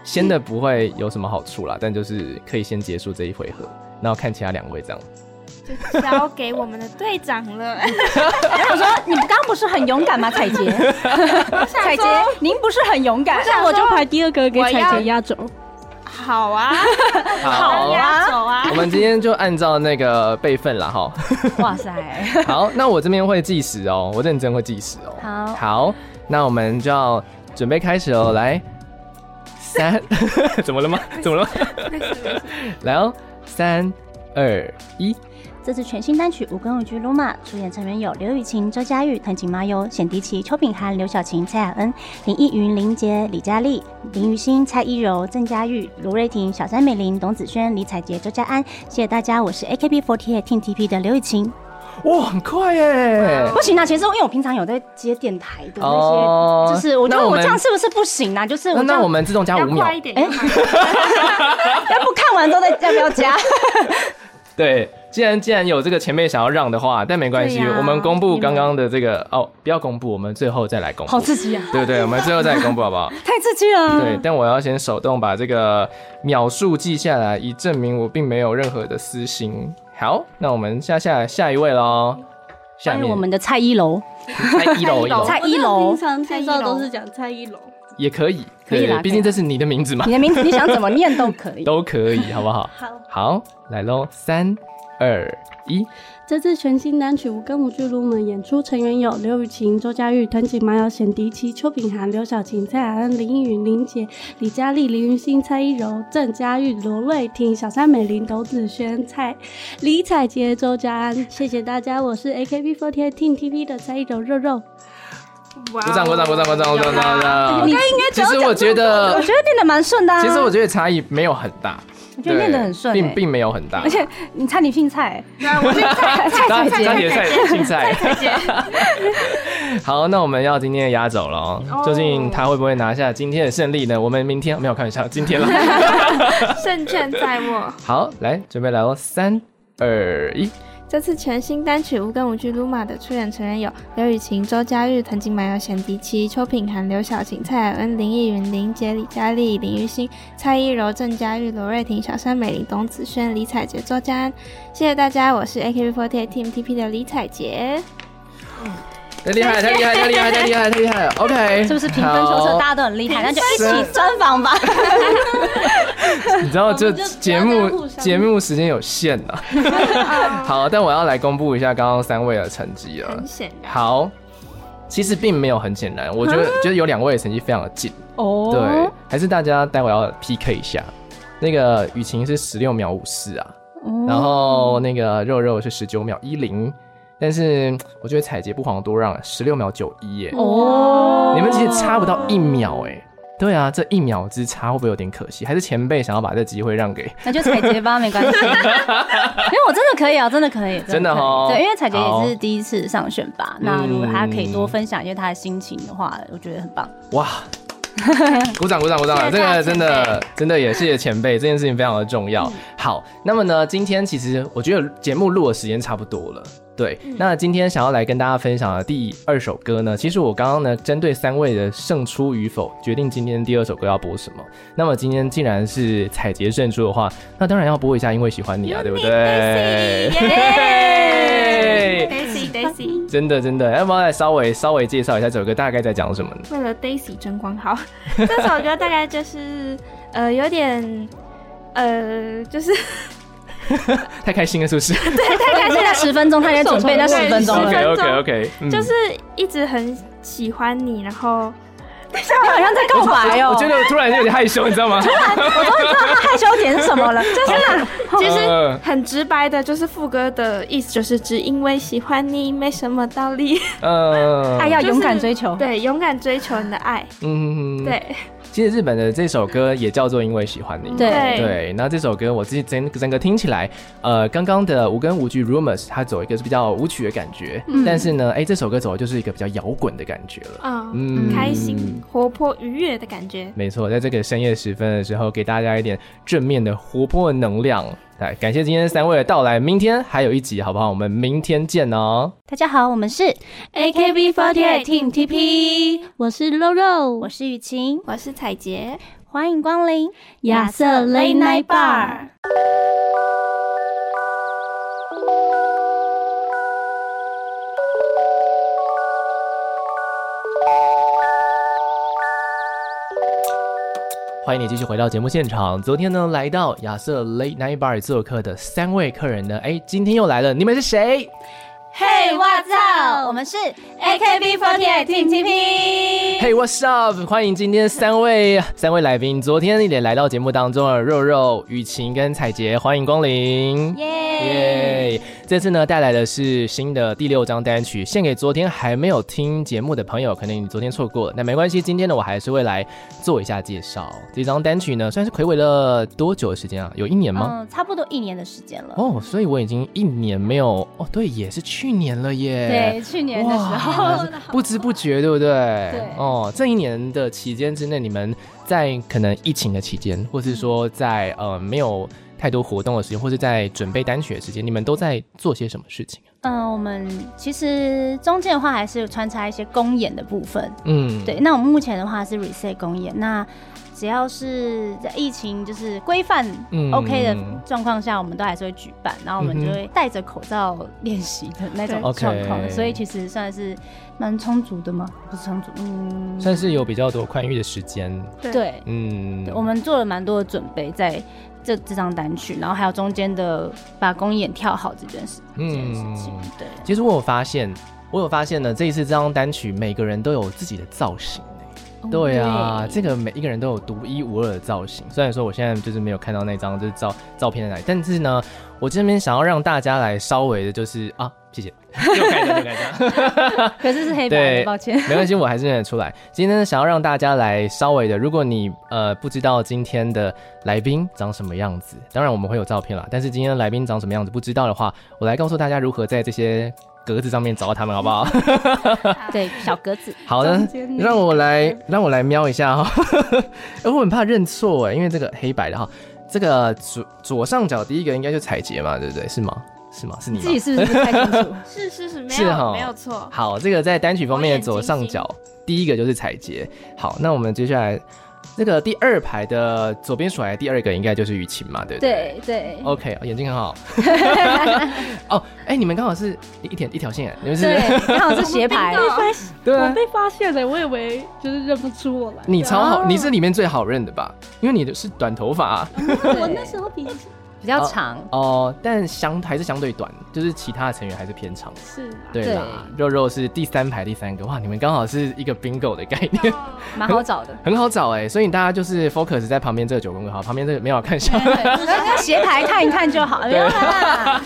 Speaker 1: 先的不会有什么好处啦，但就是可以先结束这一回合，然后看其他两位这样。
Speaker 4: 就交给我们的队长了。
Speaker 3: 哎我说你刚刚不是很勇敢吗？彩杰，彩杰，您不是很勇敢？
Speaker 5: 那我就排第二个给
Speaker 4: 我要
Speaker 5: 彩姐压轴。
Speaker 4: 好啊，
Speaker 1: 好
Speaker 4: 压轴啊
Speaker 1: 我，们今天就按照那个备份啦，哈。
Speaker 3: 哇塞，
Speaker 1: 好，那我这边会计时哦，我认真会计时哦。
Speaker 3: 好
Speaker 1: 那我们就要准备开始哦，来，三， 怎么了吗？怎么了吗？来哦，三二一，
Speaker 2: 这次全新单曲《无根无据 Luma》出演成员有刘雨晴、周佳玉、藤井麻友、冼迪琪、邱炳涵、刘晓晴、蔡雅恩、林依云、林杰、李佳丽、林雨欣、蔡依柔、郑佳玉、卢瑞婷、小山美玲、董子轩、李彩洁、周佳安。谢谢大家，我是 AKB48 Team TP 的刘雨晴。
Speaker 1: 哇，很快耶！
Speaker 3: 不行啊！其实因为我平常有在接电台的
Speaker 1: 哦
Speaker 3: 那些，就是我觉
Speaker 1: 那
Speaker 3: 得
Speaker 1: 我
Speaker 3: 我
Speaker 1: 们
Speaker 3: 这样是不是不行啊？就是
Speaker 1: 那
Speaker 3: 我 这
Speaker 1: 那
Speaker 3: 样
Speaker 1: 我们自动加
Speaker 4: 要
Speaker 1: 五秒哎
Speaker 4: 快，一点，要快一点
Speaker 3: 要不看完之后再要不 要加？
Speaker 1: 对。既然既然有这个前辈想要让的话，但没关系，
Speaker 4: 对呀
Speaker 1: 我们公布刚刚的这个哦，不要公布，我们最后再来公布，
Speaker 3: 好刺激啊！
Speaker 1: 对不对？我们最后再来公布好不好？
Speaker 3: 太刺激了！
Speaker 1: 对，但我要先手动把这个秒数记下来，以证明我并没有任何的私心。好，那我们下下下一位喽，下
Speaker 3: 欢迎
Speaker 1: 面
Speaker 3: 我们的蔡一楼，
Speaker 1: 哎一楼一 楼
Speaker 3: 蔡一
Speaker 5: 我
Speaker 3: 楼
Speaker 5: 平，常介绍都是讲蔡依楼，
Speaker 1: 也可以，
Speaker 3: 可以啦
Speaker 1: 对毕竟
Speaker 3: 可以
Speaker 1: 这
Speaker 3: 啦
Speaker 1: 是你的名字 嘛
Speaker 3: 你，的名字你想怎么念都可以。
Speaker 1: 都可以，好不好？
Speaker 5: 好。
Speaker 1: 好，来喽，三二一，
Speaker 5: 这次全新单曲《无根无据入门》演出成员有刘雨晴、周佳玉、藤井麻友、冼迪琪、邱炳涵、刘晓晴、蔡雅恩、林依云、林杰、李佳丽、林云欣、蔡依柔、郑佳玉、罗瑞婷、小山美玲、董子轩、蔡李彩洁、周佳安。谢谢大家，我是 AKB48 Team TP 的蔡依柔肉肉。
Speaker 4: 哇哦
Speaker 1: 鼓掌鼓掌鼓掌鼓掌鼓掌鼓掌鼓掌！
Speaker 3: 你应该
Speaker 1: 其实我觉得
Speaker 3: 我，觉得念的蛮顺的啊。
Speaker 1: 其实我觉得差异没有很大，我
Speaker 3: 觉得念得很顺
Speaker 1: 并
Speaker 3: 欸
Speaker 1: 并没有很大，
Speaker 3: 而且你差点姓蔡，
Speaker 4: 对啊，我是蔡蔡
Speaker 1: 大大
Speaker 4: 蔡蔡
Speaker 1: 姐
Speaker 4: 蔡
Speaker 1: 赛竞赛。 好，那我们要今天的压轴了哦，究竟他会不会拿下今天的胜利呢？我们明天没有开玩笑，今天 了。
Speaker 4: 胜券在握。
Speaker 1: 好，来准备来哦，三二一，
Speaker 4: 这次全新单曲《无根无据 Luma》的出演成员有刘雨晴、周佳玉、藤井麻友、冼迪琪、邱品涵、刘晓晴、蔡雅恩、林依云、林杰、李佳丽、林玉欣、蔡依柔、郑佳玉、罗瑞婷、小山美玲、董子轩、李彩洁、周佳安。谢谢大家，我是 AKB48 Team TP 的李彩洁。
Speaker 1: 太厉害，太厉害，太厉害，太厉害，太厉害了。OK，
Speaker 3: 是不是评分球车
Speaker 1: 好
Speaker 3: 大家都很厉害？那就一起专访吧。
Speaker 1: 你知道这
Speaker 5: 我们就
Speaker 1: 节
Speaker 5: 不要再
Speaker 1: 目
Speaker 5: 互相
Speaker 1: 节目时间有限 呐。好，但我要来公布一下刚刚三位的成绩了
Speaker 4: 很。显然，
Speaker 1: 好，其实并没有很简单，我觉得觉得有两位的成绩非常的近。
Speaker 5: 哦
Speaker 1: 对，还是大家待会要 PK 一下。那个雨晴是十六秒五四啊，
Speaker 5: 哦
Speaker 1: 然后那个肉肉是十九秒一零，但是我觉得彩杰不遑多让，啊十六秒九一耶，
Speaker 3: 哦
Speaker 1: 你们其实差不到一秒哎。对啊，这一秒之差会不会有点可惜？还是前辈想要把这机会让给
Speaker 3: 那就彩杰吧，没关 系。因为我真的可以啊，真的可以，
Speaker 1: 真的
Speaker 3: 可以
Speaker 1: 哦
Speaker 3: 对，因为彩杰
Speaker 1: 好
Speaker 3: 也是第一次上选拔，那如果他可以多
Speaker 1: 嗯
Speaker 3: 分享一些他的心情的话，我觉得很棒。
Speaker 1: 哇？鼓掌鼓掌鼓掌！这个真的真的也谢谢前辈，这件事情非常的重要。好，那么呢，今天其实我觉得节目录的时间差不多了。对，那今天想要来跟大家分享的第二首歌呢，其实我刚刚呢针对三位的胜出与否，决定今天第二首歌要播什么。那么今天既然是彩杰胜出的话，那当然要播一下《因为喜欢你》啊，对不对？
Speaker 4: 耶！
Speaker 1: 真的真的，要不要来稍微稍微介绍一下这首歌大概在讲什么呢？
Speaker 4: 为了 Daisy 争 光好，这首歌大概就是呃有点 呃就是
Speaker 1: 太开心了是不是
Speaker 3: 大概现在十分钟，他也准备那十分钟了
Speaker 4: 对。
Speaker 1: ？OK 嗯 OK OK，
Speaker 4: 就是一直很喜欢你，然后
Speaker 3: 你好像在告白哦、
Speaker 1: 我觉得我突然有点害羞，你知道吗？
Speaker 3: 害羞点是 什么了？
Speaker 4: 就是啦， 其实
Speaker 1: 嗯
Speaker 4: 很直白的，就是副歌的意思就是只因为喜欢你没什么道理，
Speaker 1: 嗯，
Speaker 3: 哎
Speaker 4: 哎
Speaker 3: 爱要勇敢追求。
Speaker 4: 对，勇敢追求你的爱，
Speaker 1: 嗯，
Speaker 4: 对，
Speaker 1: 其实日本的这首歌也叫做《因为喜欢你》嘛。
Speaker 3: 对
Speaker 1: 对，那这首歌我自己整整个听起来，呃，刚刚的无根无据 Rumors 它走一个是比较舞曲的感觉，但是呢，哎，这首歌走的就是一个比较摇滚的感觉了。
Speaker 4: 嗯，
Speaker 1: 嗯
Speaker 4: 开心、活泼、愉悦的感觉。
Speaker 1: 没错，在这个深夜时分的时候，给大家一点正面的、活泼的能量。来，感谢今天三位的到来，明天还有一集，好不好？我们明天见哦。
Speaker 2: 大家好，我们是
Speaker 5: AKB48 Team TP，我是肉肉，
Speaker 2: 我是雨晴，
Speaker 4: 我是彩杰，
Speaker 2: 欢迎光临
Speaker 5: 亚瑟 Late Night Bar。
Speaker 1: 欢迎你继续回到节目现场。昨天呢，来到亚瑟 Late Night Bar 做客的三位客人呢，哎，今天又来了，你们是谁？
Speaker 2: 嘿，我操，我们是 AKB48 Team TP。
Speaker 1: Hey, what's up？欢迎今天三位 三位来宾，昨天也来到节目当中了，肉肉、雨晴跟彩杰，欢迎光临。
Speaker 2: 耶！
Speaker 1: 耶！这次呢，带来的是新的第六张单曲，献给昨天还没有听节目的朋友，可能你昨天错过了，那没关系，今天呢，我还是会来做一下介绍。这张单曲呢，算是暌违了多久的时间啊？有一年吗？
Speaker 2: 嗯，差不多一年的时间了。
Speaker 1: 哦，所以我已经一年没有哦，对，也是去年了耶。
Speaker 3: 对，去年的时候，
Speaker 1: 哇，不知不觉，对不对？
Speaker 3: 对
Speaker 1: 哦，这一年的期间之内，你们在可能疫情的期间，或是说在呃没有太多活动的时间，或是在准备单曲的时间，你们都在做些什么事情啊？
Speaker 2: 嗯，我们其实中间的话还是有穿插一些公演的部分。
Speaker 1: 嗯，
Speaker 2: 对，那我们目前的话是 reset 公演，那只要是在疫情就是规范
Speaker 1: 嗯
Speaker 2: OK 的状况下，我们都还是会举办，然后我们就会戴着口罩练习的那种
Speaker 1: 对
Speaker 2: 状况，
Speaker 1: OK
Speaker 2: 所以其实算是蛮充足的嘛，不是充足，嗯，
Speaker 1: 算是有比较多宽裕的时间。
Speaker 2: 对，
Speaker 1: 嗯
Speaker 2: 对，我们做了蛮多的准备在。这这张单曲，然后还有中间的把公演跳好这件事，这件事情，
Speaker 1: 嗯
Speaker 2: 对，
Speaker 1: 其实我有发现，我有发现呢，这一次这张单曲每个人都有自己的造型欸。对
Speaker 2: 哦
Speaker 1: 啊，这个每一个人都有独一无二的造型。虽然说我现在就是没有看到那张就是照照片在哪里，但是呢，我这边想要让大家来稍微的，就是啊，谢谢，又开张又开 张，
Speaker 3: 可是是黑白
Speaker 1: 对
Speaker 3: 的，抱 歉。
Speaker 1: 没关系，我还是认得出来。今天呢，想要让大家来稍微的，如果你呃不知道今天的来宾长什么样子，当然我们会有照片啦，但是今天的来宾长什么样子不知道的话，我来告诉大家如何在这些格子上面找到他们，好不好？
Speaker 2: 对，小格子，
Speaker 1: 好的
Speaker 5: 中间那，个
Speaker 1: 让我来，让我来瞄一下哈、 哦。我很怕认错哎，因为这个黑白的哈，这个左左上角第一个应该就彩杰嘛，对不对？是吗？是吗？是你
Speaker 3: 自己
Speaker 1: 吗？
Speaker 3: 是不是不太清楚？
Speaker 4: 是是是，没
Speaker 1: 是哈
Speaker 4: 有没有错。
Speaker 1: 好，这个在单曲方面的
Speaker 4: 我眼睛
Speaker 1: 左上角第一个就是彩杰。好，那我们接下来这个第二排的左边数来的第二个应该就是雨晴嘛，对不
Speaker 3: 对对
Speaker 1: OK，眼睛很 好。哦，哎、你们刚好是一一点一条线，你们是
Speaker 3: 对，刚好是斜排，
Speaker 1: 对啊
Speaker 5: 我被发现了，我以为就是认不出我来。
Speaker 1: 你超好，你是里面最好认的吧？因为你的是短头发啊、
Speaker 5: 我那
Speaker 3: 对，
Speaker 5: 时候比
Speaker 3: 比较长。
Speaker 1: 哦，但相还是相对短，就是其他的成员还是偏长。
Speaker 5: 是啊
Speaker 1: 对啦，肉肉是第三排第三个，哇，你们刚好是一个 bingo 的概念，
Speaker 3: 蛮好找的。
Speaker 1: 很好找哎、所以大家就是 focus 在旁边这个九宫格，好，旁边这个没有看上，
Speaker 3: 斜排看一看就好，没有啦。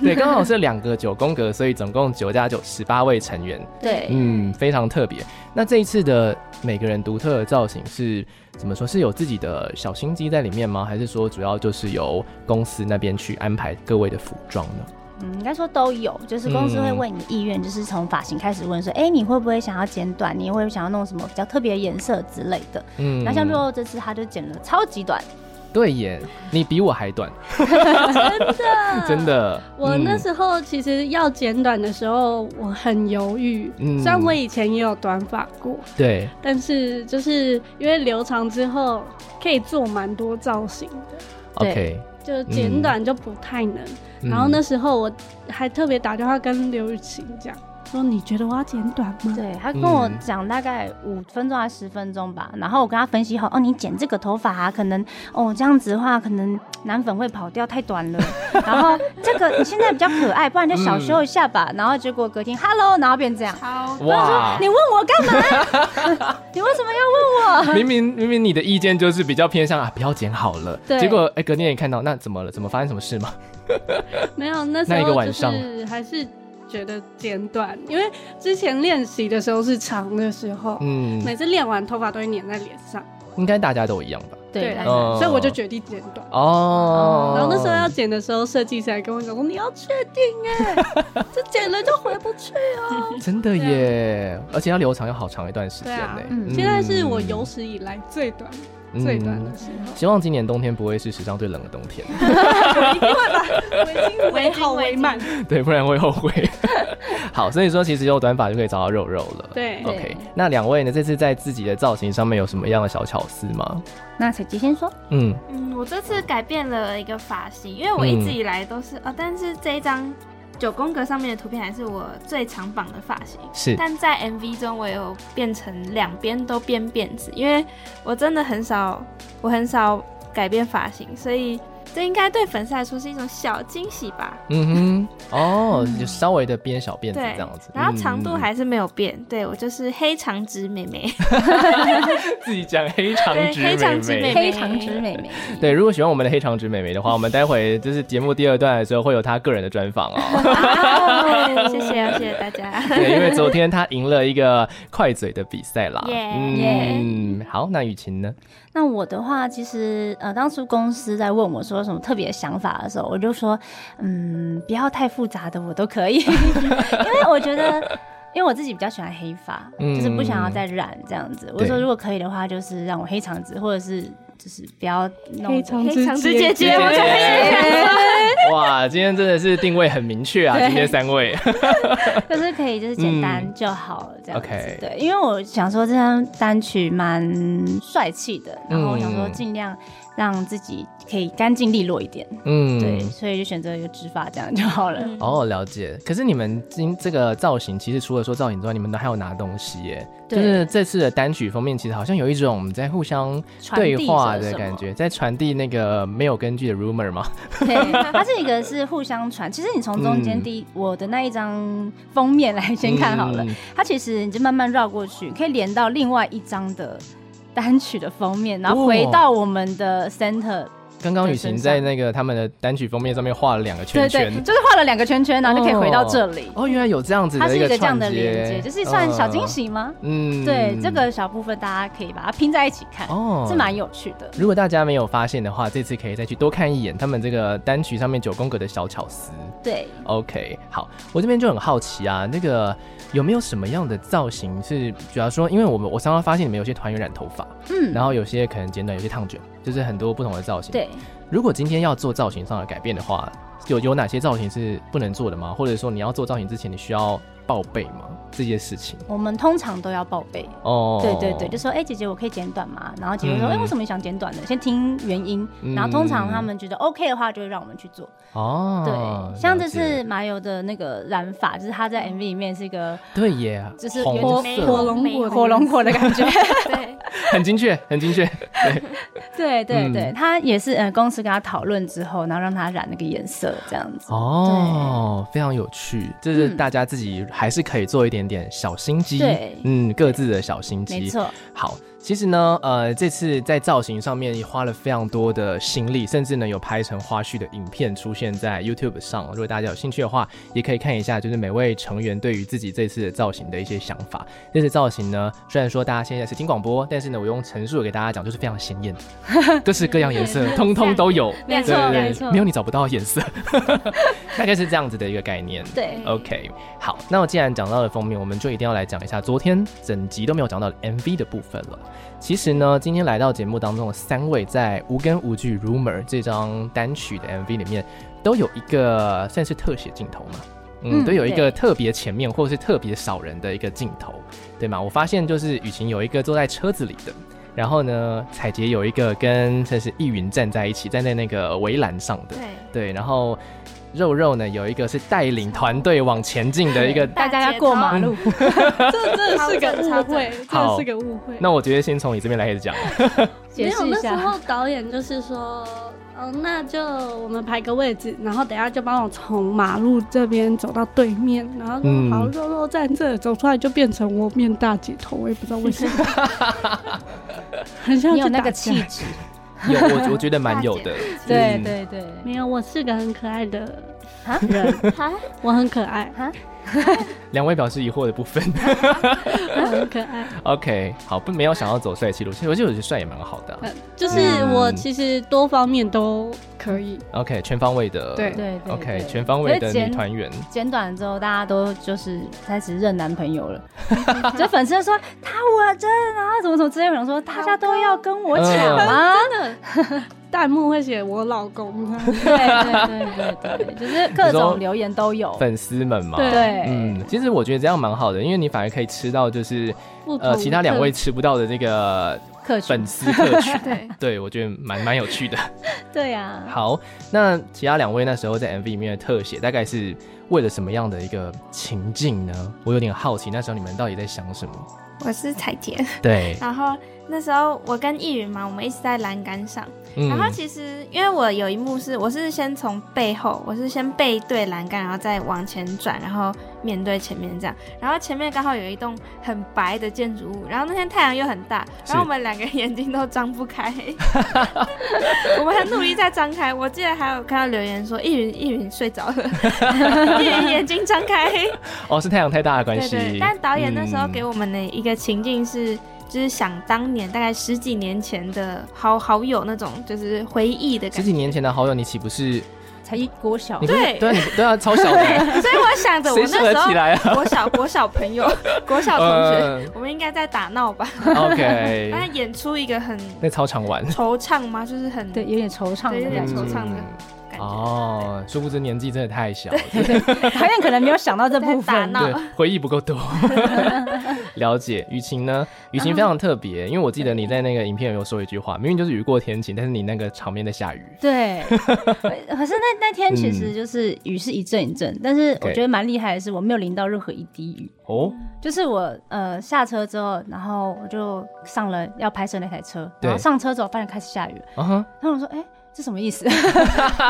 Speaker 1: 对，刚好是两个九宫格，所以总共九加九十八位成员，
Speaker 3: 对，
Speaker 1: 嗯，非常特别。那这一次的每个人独特的造型是怎么说？是有自己的小心机在里面吗？还是说主要就是由公司那边去安排各位的服装呢？
Speaker 2: 嗯，应该说都有，就是公司会问你意愿，就是从发型开始问说，哎、你会不会想要剪短？你会不会想要弄什么比较特别的颜色之类的？
Speaker 1: 嗯
Speaker 2: 那像肉肉这次他就剪了超级短，
Speaker 1: 对耶，你比我还短，真的，真的。
Speaker 5: 我那
Speaker 1: 嗯
Speaker 5: 时候其实要剪短的时候，我很犹豫。
Speaker 1: 嗯
Speaker 5: 虽然我以前也有短发过，
Speaker 1: 对，
Speaker 5: 但是就是因为留长之后可以做蛮多造型的。
Speaker 1: OK，
Speaker 5: 就简短就不太能。
Speaker 1: 嗯
Speaker 5: 然后那时候我还特别打电话跟刘雨晴讲，说你觉得我要简短吗？
Speaker 3: 对他跟我
Speaker 1: 嗯
Speaker 3: 讲大概五分钟还是十分钟吧，然后我跟他分析好，哦，你剪这个头发、啊、可能哦这样子的话，可能男粉会跑掉，太短了。然后这个你现在比较可爱，不然就小修一下吧。然后结果隔天，Hello，然后变这样。
Speaker 4: 超
Speaker 1: 哇
Speaker 3: 你，问我干嘛？ 你为什么要
Speaker 5: 啊
Speaker 3: 问我？
Speaker 1: 明明明明你的意见就是比较偏向啊，不要剪好了。
Speaker 3: 对
Speaker 1: 结果哎，隔天也看到，那怎么了？怎么发生什么事吗？
Speaker 5: 没有，那时
Speaker 1: 那一个
Speaker 5: 候
Speaker 1: 晚
Speaker 5: 就
Speaker 1: 上
Speaker 5: 是还是觉得简短，因为之前练习的时候是长的时候，
Speaker 1: 嗯，
Speaker 5: 每次练完头发都会粘在脸上，
Speaker 1: 应该大家都一样吧？
Speaker 3: 对，
Speaker 1: 嗯
Speaker 5: 所以我就决定简短。
Speaker 1: 哦，
Speaker 5: 然后那时候要剪的时候，设计师还跟我讲说：“你要确定 哎、这剪了就回不去哦。
Speaker 1: 真的耶，而且要留长要好长一段时间呢
Speaker 5: 啊对啊。
Speaker 3: 嗯
Speaker 5: 现在是我有史以来最短、
Speaker 1: 嗯
Speaker 5: 最短的时候，
Speaker 1: 希望今年冬天不会是史上最冷的冬天，
Speaker 5: 我已经为好为满。
Speaker 1: 对，不然会后悔。 好，所以说其实有短发就可以找到肉肉了。
Speaker 5: 对，
Speaker 1: OK，那两位呢？这次在自己的造型上面有什么样的小巧思吗？
Speaker 3: 那谁杰先说？
Speaker 1: 嗯，
Speaker 4: 嗯，我这次改变了一个发型，因为我一直以来都
Speaker 1: 嗯
Speaker 4: 是、啊，但是这一张九宫格上面的图片还是我最常绑的发型。
Speaker 1: 是，
Speaker 4: 但在 MV 中，我有变成两边都编辫子，因为我真的很少，我很少改变发型，所以这应该对粉丝来说是一种小惊喜吧。
Speaker 1: 嗯哼，哦，就稍微的编小辫子
Speaker 4: 对
Speaker 1: 这样子，，
Speaker 4: 然后长度
Speaker 1: 嗯
Speaker 4: 还是没有变，对我就是黑长直妹 妹，
Speaker 1: 自己讲黑长
Speaker 4: 对
Speaker 1: 直
Speaker 4: 黑长直
Speaker 1: 妹妹。
Speaker 4: 妹
Speaker 3: 非
Speaker 4: 妹
Speaker 3: 常之美眉，
Speaker 1: 对，如果喜欢我们的黑长直妹妹的话，我们待会就是节目第二段的时候会有她个人的专访 哦。
Speaker 4: 哦谢谢谢谢 大家。
Speaker 1: 对，因为昨天她赢了一个快嘴的比赛啦。
Speaker 4: 耶
Speaker 1: 嗯，好，那雨晴呢？
Speaker 3: 那我的话，其实呃，当初公司在问我说什么特别想法的时候，我就说，嗯，不要太复杂的，我都可以， 因为我觉得，因为我自己比较喜欢黑发，
Speaker 1: 嗯
Speaker 3: 就是不想要再染这样子。我
Speaker 1: 对
Speaker 3: 说如果可以的话，就是让我黑长直，或者是就是不要弄
Speaker 5: 非常
Speaker 4: 黑长直
Speaker 5: 接
Speaker 4: 姐姐，我就
Speaker 1: 哇，今天真的是定位很明确啊！今天三位，
Speaker 3: 就是可以，就是简单
Speaker 1: 嗯
Speaker 3: 就好了，这样子。
Speaker 1: OK
Speaker 3: 对，因为我想说这张单曲蛮帅气的，然后我想说
Speaker 1: 嗯
Speaker 3: 尽量让自己可以干净利落一点，
Speaker 1: 嗯，
Speaker 3: 对，所以就选择一个直发这样就好了。
Speaker 4: 嗯
Speaker 1: 哦，了解。可是你们今这个造型，其实除了说造型之外，你们都还有拿东西耶。就
Speaker 3: 对
Speaker 1: 是这次的单曲封面，其实好像有一种我们在互相
Speaker 3: 传递
Speaker 1: 对
Speaker 3: 着
Speaker 1: 话的
Speaker 3: 什么
Speaker 1: 感觉，在传递那个没有根据的 rumor 嘛。
Speaker 3: 对，它是一个是互相传。其实你从中间
Speaker 1: 嗯
Speaker 3: 第一、我的那一张封面来先看好了，
Speaker 1: 嗯
Speaker 3: 它其实你就慢慢绕过去，可以连到另外一张的单曲的封面，然后回
Speaker 1: 哦
Speaker 3: 到我们的 center、
Speaker 1: 刚刚
Speaker 3: 在
Speaker 1: 雨晴
Speaker 3: 身
Speaker 1: 在
Speaker 3: 上
Speaker 1: 那个他们的单曲封面上面画了两个圈圈。
Speaker 3: 对对，就是画了两个圈圈，然后就可以回到这里。
Speaker 1: 哦，原来有这样子
Speaker 3: 它
Speaker 1: 的
Speaker 3: 是一
Speaker 1: 个
Speaker 3: 个这
Speaker 1: 串
Speaker 3: 样的连接，就是算小惊。喜吗？
Speaker 1: 嗯，嗯
Speaker 3: 对，这个小部分大家可以把它拼在一起看，
Speaker 1: 哦
Speaker 3: 是蛮有趣的。
Speaker 1: 如果大家没有发现的话，这次可以再去多看一眼他们这个单曲上面九宫格的小巧思。
Speaker 3: 对，
Speaker 1: OK，好，我这边就很好奇啊，那个有没有什么样的造型是，主要说，因为我们我常常发现你们有些团员染头发，
Speaker 3: 嗯，
Speaker 1: 然后有些可能剪短，有些烫卷，就是很多不同的造型。，
Speaker 3: 对，
Speaker 1: 如果今天要做造型上的改变的话，有有哪些造型是不能做的吗？或者说你要做造型之前，你需要报备吗？这些事情？
Speaker 3: 我们通常都要报备。
Speaker 1: 哦，
Speaker 3: 对对对，就说哎、姐姐，我可以剪短吗？然后姐姐说，
Speaker 1: 嗯
Speaker 3: 哎、为什么你想剪短呢？先听原因，然后通常他们觉得 OK 的话，就会让我们去做。
Speaker 1: 哦，
Speaker 3: 对，像这
Speaker 1: 了解
Speaker 3: 次麻油的那个染法，就是他在 MV 里面是一个
Speaker 1: 对耶，
Speaker 3: 就是
Speaker 1: 红
Speaker 3: 有
Speaker 1: 色
Speaker 4: 点
Speaker 5: 火龙
Speaker 4: 没
Speaker 5: 果
Speaker 4: 有
Speaker 5: 的
Speaker 3: 火龙果的感觉。
Speaker 4: 对，
Speaker 1: 很精确，很精确。
Speaker 3: 对对对，
Speaker 1: 嗯
Speaker 3: 他也是呃公司跟他讨论之后，然后让他染那个颜色这样子。
Speaker 1: 哦，非常有趣，就是
Speaker 3: 嗯
Speaker 1: 大家自己还是可以做一点点小心机，
Speaker 3: 对
Speaker 1: 嗯，各自的小心机，
Speaker 3: 没。错，
Speaker 1: 好，其实呢，呃，这次在造型上面也花了非常多的心力，甚至呢有拍成花絮的影片出现在 YouTube 上。如果大家有兴趣的话，也可以看一下，就是每位成员对于自己这次的造型的一些想法。这次造型呢，虽然说大家现在是听广播，但是呢，我用陈述给大家讲，就是非常鲜艳，各式各样颜 色，通通都有。对
Speaker 4: 没错
Speaker 1: 对
Speaker 4: 没
Speaker 1: 对，
Speaker 4: 错
Speaker 1: 没有你找不到颜色， 大概是这样子的一个概念。
Speaker 3: 对
Speaker 1: OK，好，那我既然讲到了封面，我们就一定要来讲一下昨天整集都没有讲到的 MV 的部分了。其实呢，今天来到节目当中的三位，在《无根无据 Rumor》这张单曲的 MV 里面，都有一个算是特写镜头嘛。嗯，
Speaker 3: 嗯
Speaker 1: 都有一个
Speaker 3: 对
Speaker 1: 特别前面或者是特别少人的一个镜头，对吗？我发现就是雨晴有一个坐在车子里的，然后呢，彩杰有一个跟这是易云站在一起，站在那个围栏上的，
Speaker 4: 对，
Speaker 1: 对，然后肉肉呢有一个是带领团队往前进的一个。
Speaker 3: 大家要过马路，
Speaker 5: 这真的是个误会，这
Speaker 1: 好
Speaker 5: 个是个误会。
Speaker 1: 那我觉得先从你这边来开始讲，
Speaker 5: 没
Speaker 3: 解
Speaker 5: 有，
Speaker 3: 释一
Speaker 5: 那时
Speaker 3: 下。
Speaker 5: 候导演就是说，嗯、那就我们排个位置，然后等一下就帮我从马路这边走到对面，然后说、
Speaker 1: 嗯
Speaker 5: 好，肉肉站这，走出来就变成我面大姐头，我也不知道为 什么，很像
Speaker 3: 你有
Speaker 5: 去
Speaker 3: 那
Speaker 5: 打
Speaker 3: 个
Speaker 5: 架
Speaker 3: 气。质，
Speaker 1: 有我我觉得蛮有的，
Speaker 3: 对
Speaker 1: 嗯
Speaker 3: 对对，
Speaker 5: 没有，我是个很可爱的
Speaker 3: 啊
Speaker 5: 人，
Speaker 4: 哈，
Speaker 5: 我很可爱，
Speaker 1: 两位表示疑惑的部分
Speaker 5: 我很可爱。
Speaker 1: ，OK，好，不没有想要走帅气路线，我觉得我觉得帅也蛮好的啊、
Speaker 5: 呃就是
Speaker 1: 嗯
Speaker 5: 我其实多方面都可以。
Speaker 1: OK，全方位的，
Speaker 5: 对
Speaker 3: 对对
Speaker 1: OK，
Speaker 3: 对
Speaker 1: 全方位
Speaker 3: 可
Speaker 1: 的
Speaker 3: 是
Speaker 1: 女
Speaker 3: 简
Speaker 1: 团员，
Speaker 3: 简短之后，大家都就是开始认男朋友了，就粉丝就说他我真啊，怎么怎么之类的，我想说大家都要跟我抢啊，
Speaker 5: 弹幕会写我老公，
Speaker 3: 对对对对对，就是各
Speaker 1: 你说
Speaker 3: 种留言都有，
Speaker 1: 粉丝们嘛，
Speaker 5: 对
Speaker 3: 对，
Speaker 1: 嗯，其实我觉得这样蛮好的，因为你反而可以吃到就是
Speaker 5: 不
Speaker 1: 呃
Speaker 5: 同
Speaker 1: 其他两位
Speaker 5: 特
Speaker 1: 吃不到的这个
Speaker 3: 客群
Speaker 1: 粉丝客群
Speaker 4: 对，
Speaker 1: 对我觉得蛮蛮有趣的。
Speaker 3: 对呀，
Speaker 1: 好，那其他两位那时候在 MV 里面的特写，大概是为了什么样的一个情境呢？我有点好奇，那时候你们到底在想什么？
Speaker 4: 我是彩杰。
Speaker 1: 对，
Speaker 4: 然后那时候我跟易云嘛，我们一直在栏杆上。
Speaker 1: 嗯
Speaker 4: 然后其实因为我有一幕是，我是先从背后，我是先背对栏杆，然后再往前转，然后面对前面这样。然后前面刚好有一栋很白的建筑物，然后那天太阳又很大，
Speaker 1: 是
Speaker 4: 然后我们两个眼睛都张 不开，我们很努力在张开。我记得还有看到留言说易云易云睡着了，易 云眼睛张开。
Speaker 1: 哦是太嗯阳太大的关
Speaker 4: 对
Speaker 1: 系，
Speaker 4: 对，但导演那时候给
Speaker 1: 我、
Speaker 4: 我们的一个情境是，就是想当年大概十几年前的好好友那种，就是回忆的
Speaker 1: 十
Speaker 4: 感
Speaker 1: 几
Speaker 4: 觉。
Speaker 1: 年前的好友，你岂不是
Speaker 3: 才一国小
Speaker 1: 你不是
Speaker 4: 哦对
Speaker 1: 对啊，你对啊，超小的，
Speaker 4: 所以我想着我
Speaker 1: 谁
Speaker 4: 那
Speaker 1: 适合
Speaker 4: 时
Speaker 1: 起
Speaker 4: 候
Speaker 1: 来啊
Speaker 4: 国小国小 朋友、国小同学，哎
Speaker 1: 嗯
Speaker 4: 我们应该在打闹吧？
Speaker 1: 呃 ？OK，
Speaker 4: 然后演出一个很
Speaker 1: 在操场玩。
Speaker 4: 惆怅吗？就是很
Speaker 3: 对，有点惆怅
Speaker 4: 对有
Speaker 3: 的
Speaker 4: 点
Speaker 3: 感觉
Speaker 4: 惆，怅的
Speaker 1: 嗯
Speaker 4: 感觉。
Speaker 1: 哦，殊不知年纪真的太小了，
Speaker 3: 导演可能没有想到这部
Speaker 4: 在打
Speaker 3: 分，
Speaker 4: 闹
Speaker 1: 对，回忆不够多。了解，雨晴呢？雨晴非常特别，因为我记得你在那个影片有说一句话，明明就是雨过天晴，但是你那个场面在下雨。
Speaker 3: 对，可是那那天其实就是雨是一阵一阵，但是我觉得蛮厉害的是我没有淋到任何一滴雨，
Speaker 1: 哦，
Speaker 3: 就是我呃下车之后，然后我就上了要拍摄那台车，
Speaker 1: 对
Speaker 3: 然后上车之后发现开始下雨了，
Speaker 1: 啊哈，
Speaker 3: 然后我说哎。这什么意思？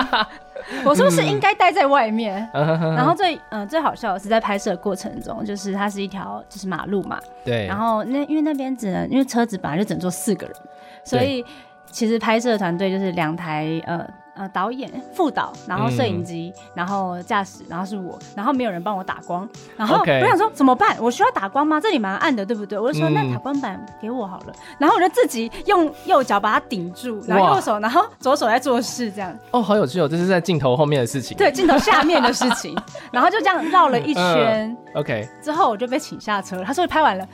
Speaker 3: 我是不是应该待在外面？
Speaker 1: 啊哈哈
Speaker 3: 然后最嗯、最好笑的是在拍摄的过程中，就是它是一条就是马路嘛，
Speaker 1: 对，
Speaker 3: 然后那因为那边只能因为车子本来就只能坐四个人，所
Speaker 1: 对
Speaker 3: 以其实拍摄团队就是两台呃呃导演、副导，然后摄
Speaker 1: 嗯
Speaker 3: 影机，然后驾驶，然后是我，然后没有人帮我打光，然后
Speaker 1: OK
Speaker 3: 我想说怎么办？我需要打光吗？这里蛮暗的，对不对？我就说、
Speaker 1: 嗯
Speaker 3: 那打光板给我好了， 然后我就自己用右脚把它顶住，然后
Speaker 1: 哇
Speaker 3: 右手，然后左手在做事这样。
Speaker 1: 哦，好有趣哦，这是在镜头后面的事情。
Speaker 3: 对，镜头下面的事 情，然后就这样绕了一圈、
Speaker 1: 嗯，OK，
Speaker 3: 之后，我就被请下车了。他说拍完了，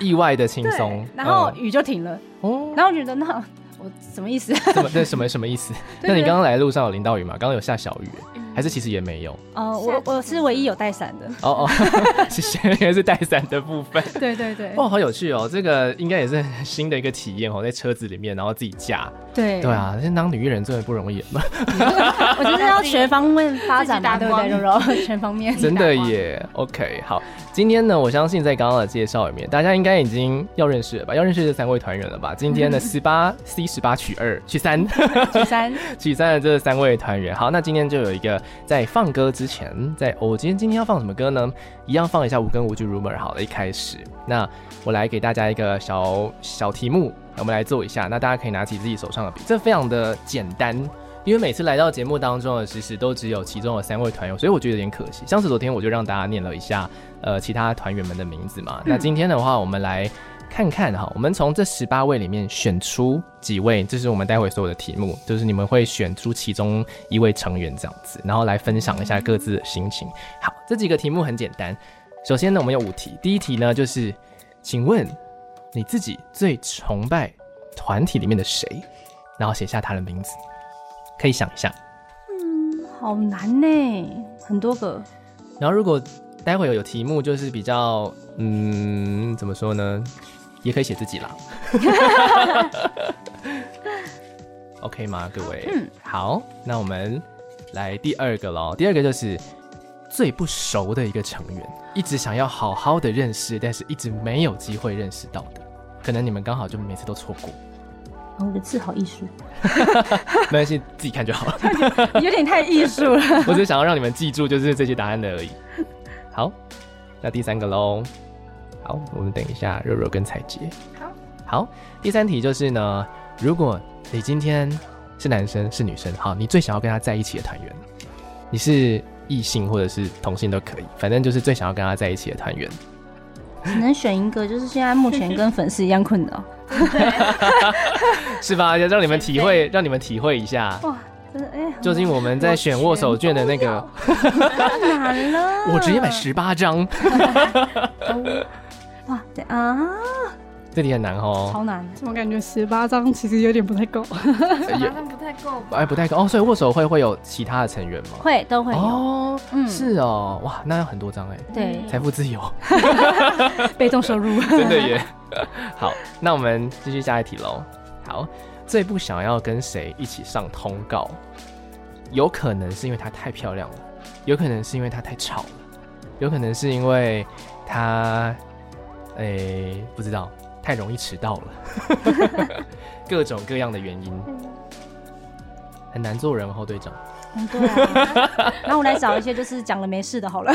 Speaker 1: 意意外的轻松
Speaker 3: 对，，然后
Speaker 1: 嗯
Speaker 3: 雨就停了，
Speaker 1: 哦，
Speaker 3: 然后我觉得那我什么意思？
Speaker 1: 怎么这什么什么意思？
Speaker 3: 对嗯
Speaker 1: 那你
Speaker 3: 对
Speaker 1: 刚刚来的路上有淋到雨吗？刚刚有下小雨，还是其实也没有？
Speaker 3: 哦，我我是唯一有带伞的。
Speaker 1: 哦哦，谢谢，原来是带伞的部分。
Speaker 3: 对对对
Speaker 1: 哇，好有趣哦！这个应该也是很新的一个体验哦，在车子里面，然后自己驾。
Speaker 3: 对
Speaker 1: 对，啊，现在当女艺人真的不容易，
Speaker 3: 我就是要全方面发展嘛，
Speaker 4: 自
Speaker 3: 对
Speaker 4: 己
Speaker 3: 不
Speaker 4: 打
Speaker 3: 对，
Speaker 4: 光
Speaker 3: 柔柔？ 全 方面。
Speaker 1: 真的耶。OK，好，今天呢，我相信在刚刚的介绍里面，大家应该已经要认识了吧？要认识这三位团员了吧？今天的十八 C 十八取二取三
Speaker 3: 十三，
Speaker 1: 取三的这三位团员，好，那今天就有一个在放歌之前，在、哦我今天今天要放什么歌呢？一样放一下《无根无据 Rumor》好了，一开始，那我来给大家一个小小题目，我们来做一下。那大家可以拿起自己手上的笔，这非常的简单，因为每次来到节目当中的时时都只有其中的三位团员，所以我觉得有点可惜。像是昨天我就让大家念了一下，呃，其他团员们的名字嘛。那今天的话，我们来呃看看哈，我们从这十八位里面选出几位，这是我们待会所有的题目，就是你们会选出其中一位成员这样子，然后来分享一下各自的心情。好，这几个题目很简单。首先呢，我们有五题，第一题呢就是，请问你自己最崇拜团体里面的谁？然后写下他的名字，可以想一下。
Speaker 3: 好难呢，很多个。
Speaker 1: 然后如果待会有有题目，就是比较嗯，怎么说呢？也可以写自己啦。OK 吗，各位？
Speaker 3: 嗯
Speaker 1: 好，那我们来第二个喽。第二个就是最不熟的一个成员，一直想要好好的认识，但是一直没有机会认识到的，可能你们刚好就每次都错过，
Speaker 2: 哦我的字好艺术，
Speaker 1: 没关系，自己看就好了。
Speaker 3: 有点太艺术了。
Speaker 1: 我只是想要让你们记住，就是这些答案的而已。好，那第三个喽。好，我们等一下肉肉跟彩杰。好，好，第三题就是呢，如果你今天是男生是女生，好，你最想要跟他在一起的团员，你是异性或者是同性都可以，反正就是最想要跟他在一起的团员。
Speaker 3: 只能选一个，就是现在目前跟粉丝一样困扰。
Speaker 1: 是吧？要让你们体会，让你们体会一下。
Speaker 3: 哇， 真的哎，很
Speaker 1: 究竟我们在选握手券的那个，
Speaker 3: 难 了。
Speaker 1: 我直接买十八张，
Speaker 3: 哇，对啊，
Speaker 1: 这题很难哦。
Speaker 3: 超难。
Speaker 5: 怎么感觉十八张其实有点不太够？
Speaker 1: 呃
Speaker 4: 好像不太够吧？
Speaker 1: 哎，不太高哦，所以握手会会有其他的成员吗？
Speaker 3: 会都会有，
Speaker 1: 哦，
Speaker 3: 嗯
Speaker 1: 是哦，哇，那要很多张哎，
Speaker 3: 对，
Speaker 1: 财富自由，
Speaker 5: 被动收入，
Speaker 1: 真的耶。好，那我们继续下一题喽。好，最不想要跟谁一起上通告，有可能是因为她太漂亮了，有可能是因为她太吵了，有可能是因为她，诶、不知道，太容易迟到了， 各种各样的原因，很难做人哦后队长。
Speaker 3: 嗯 对啊。 然后我来找一些就是讲了没事的，好了。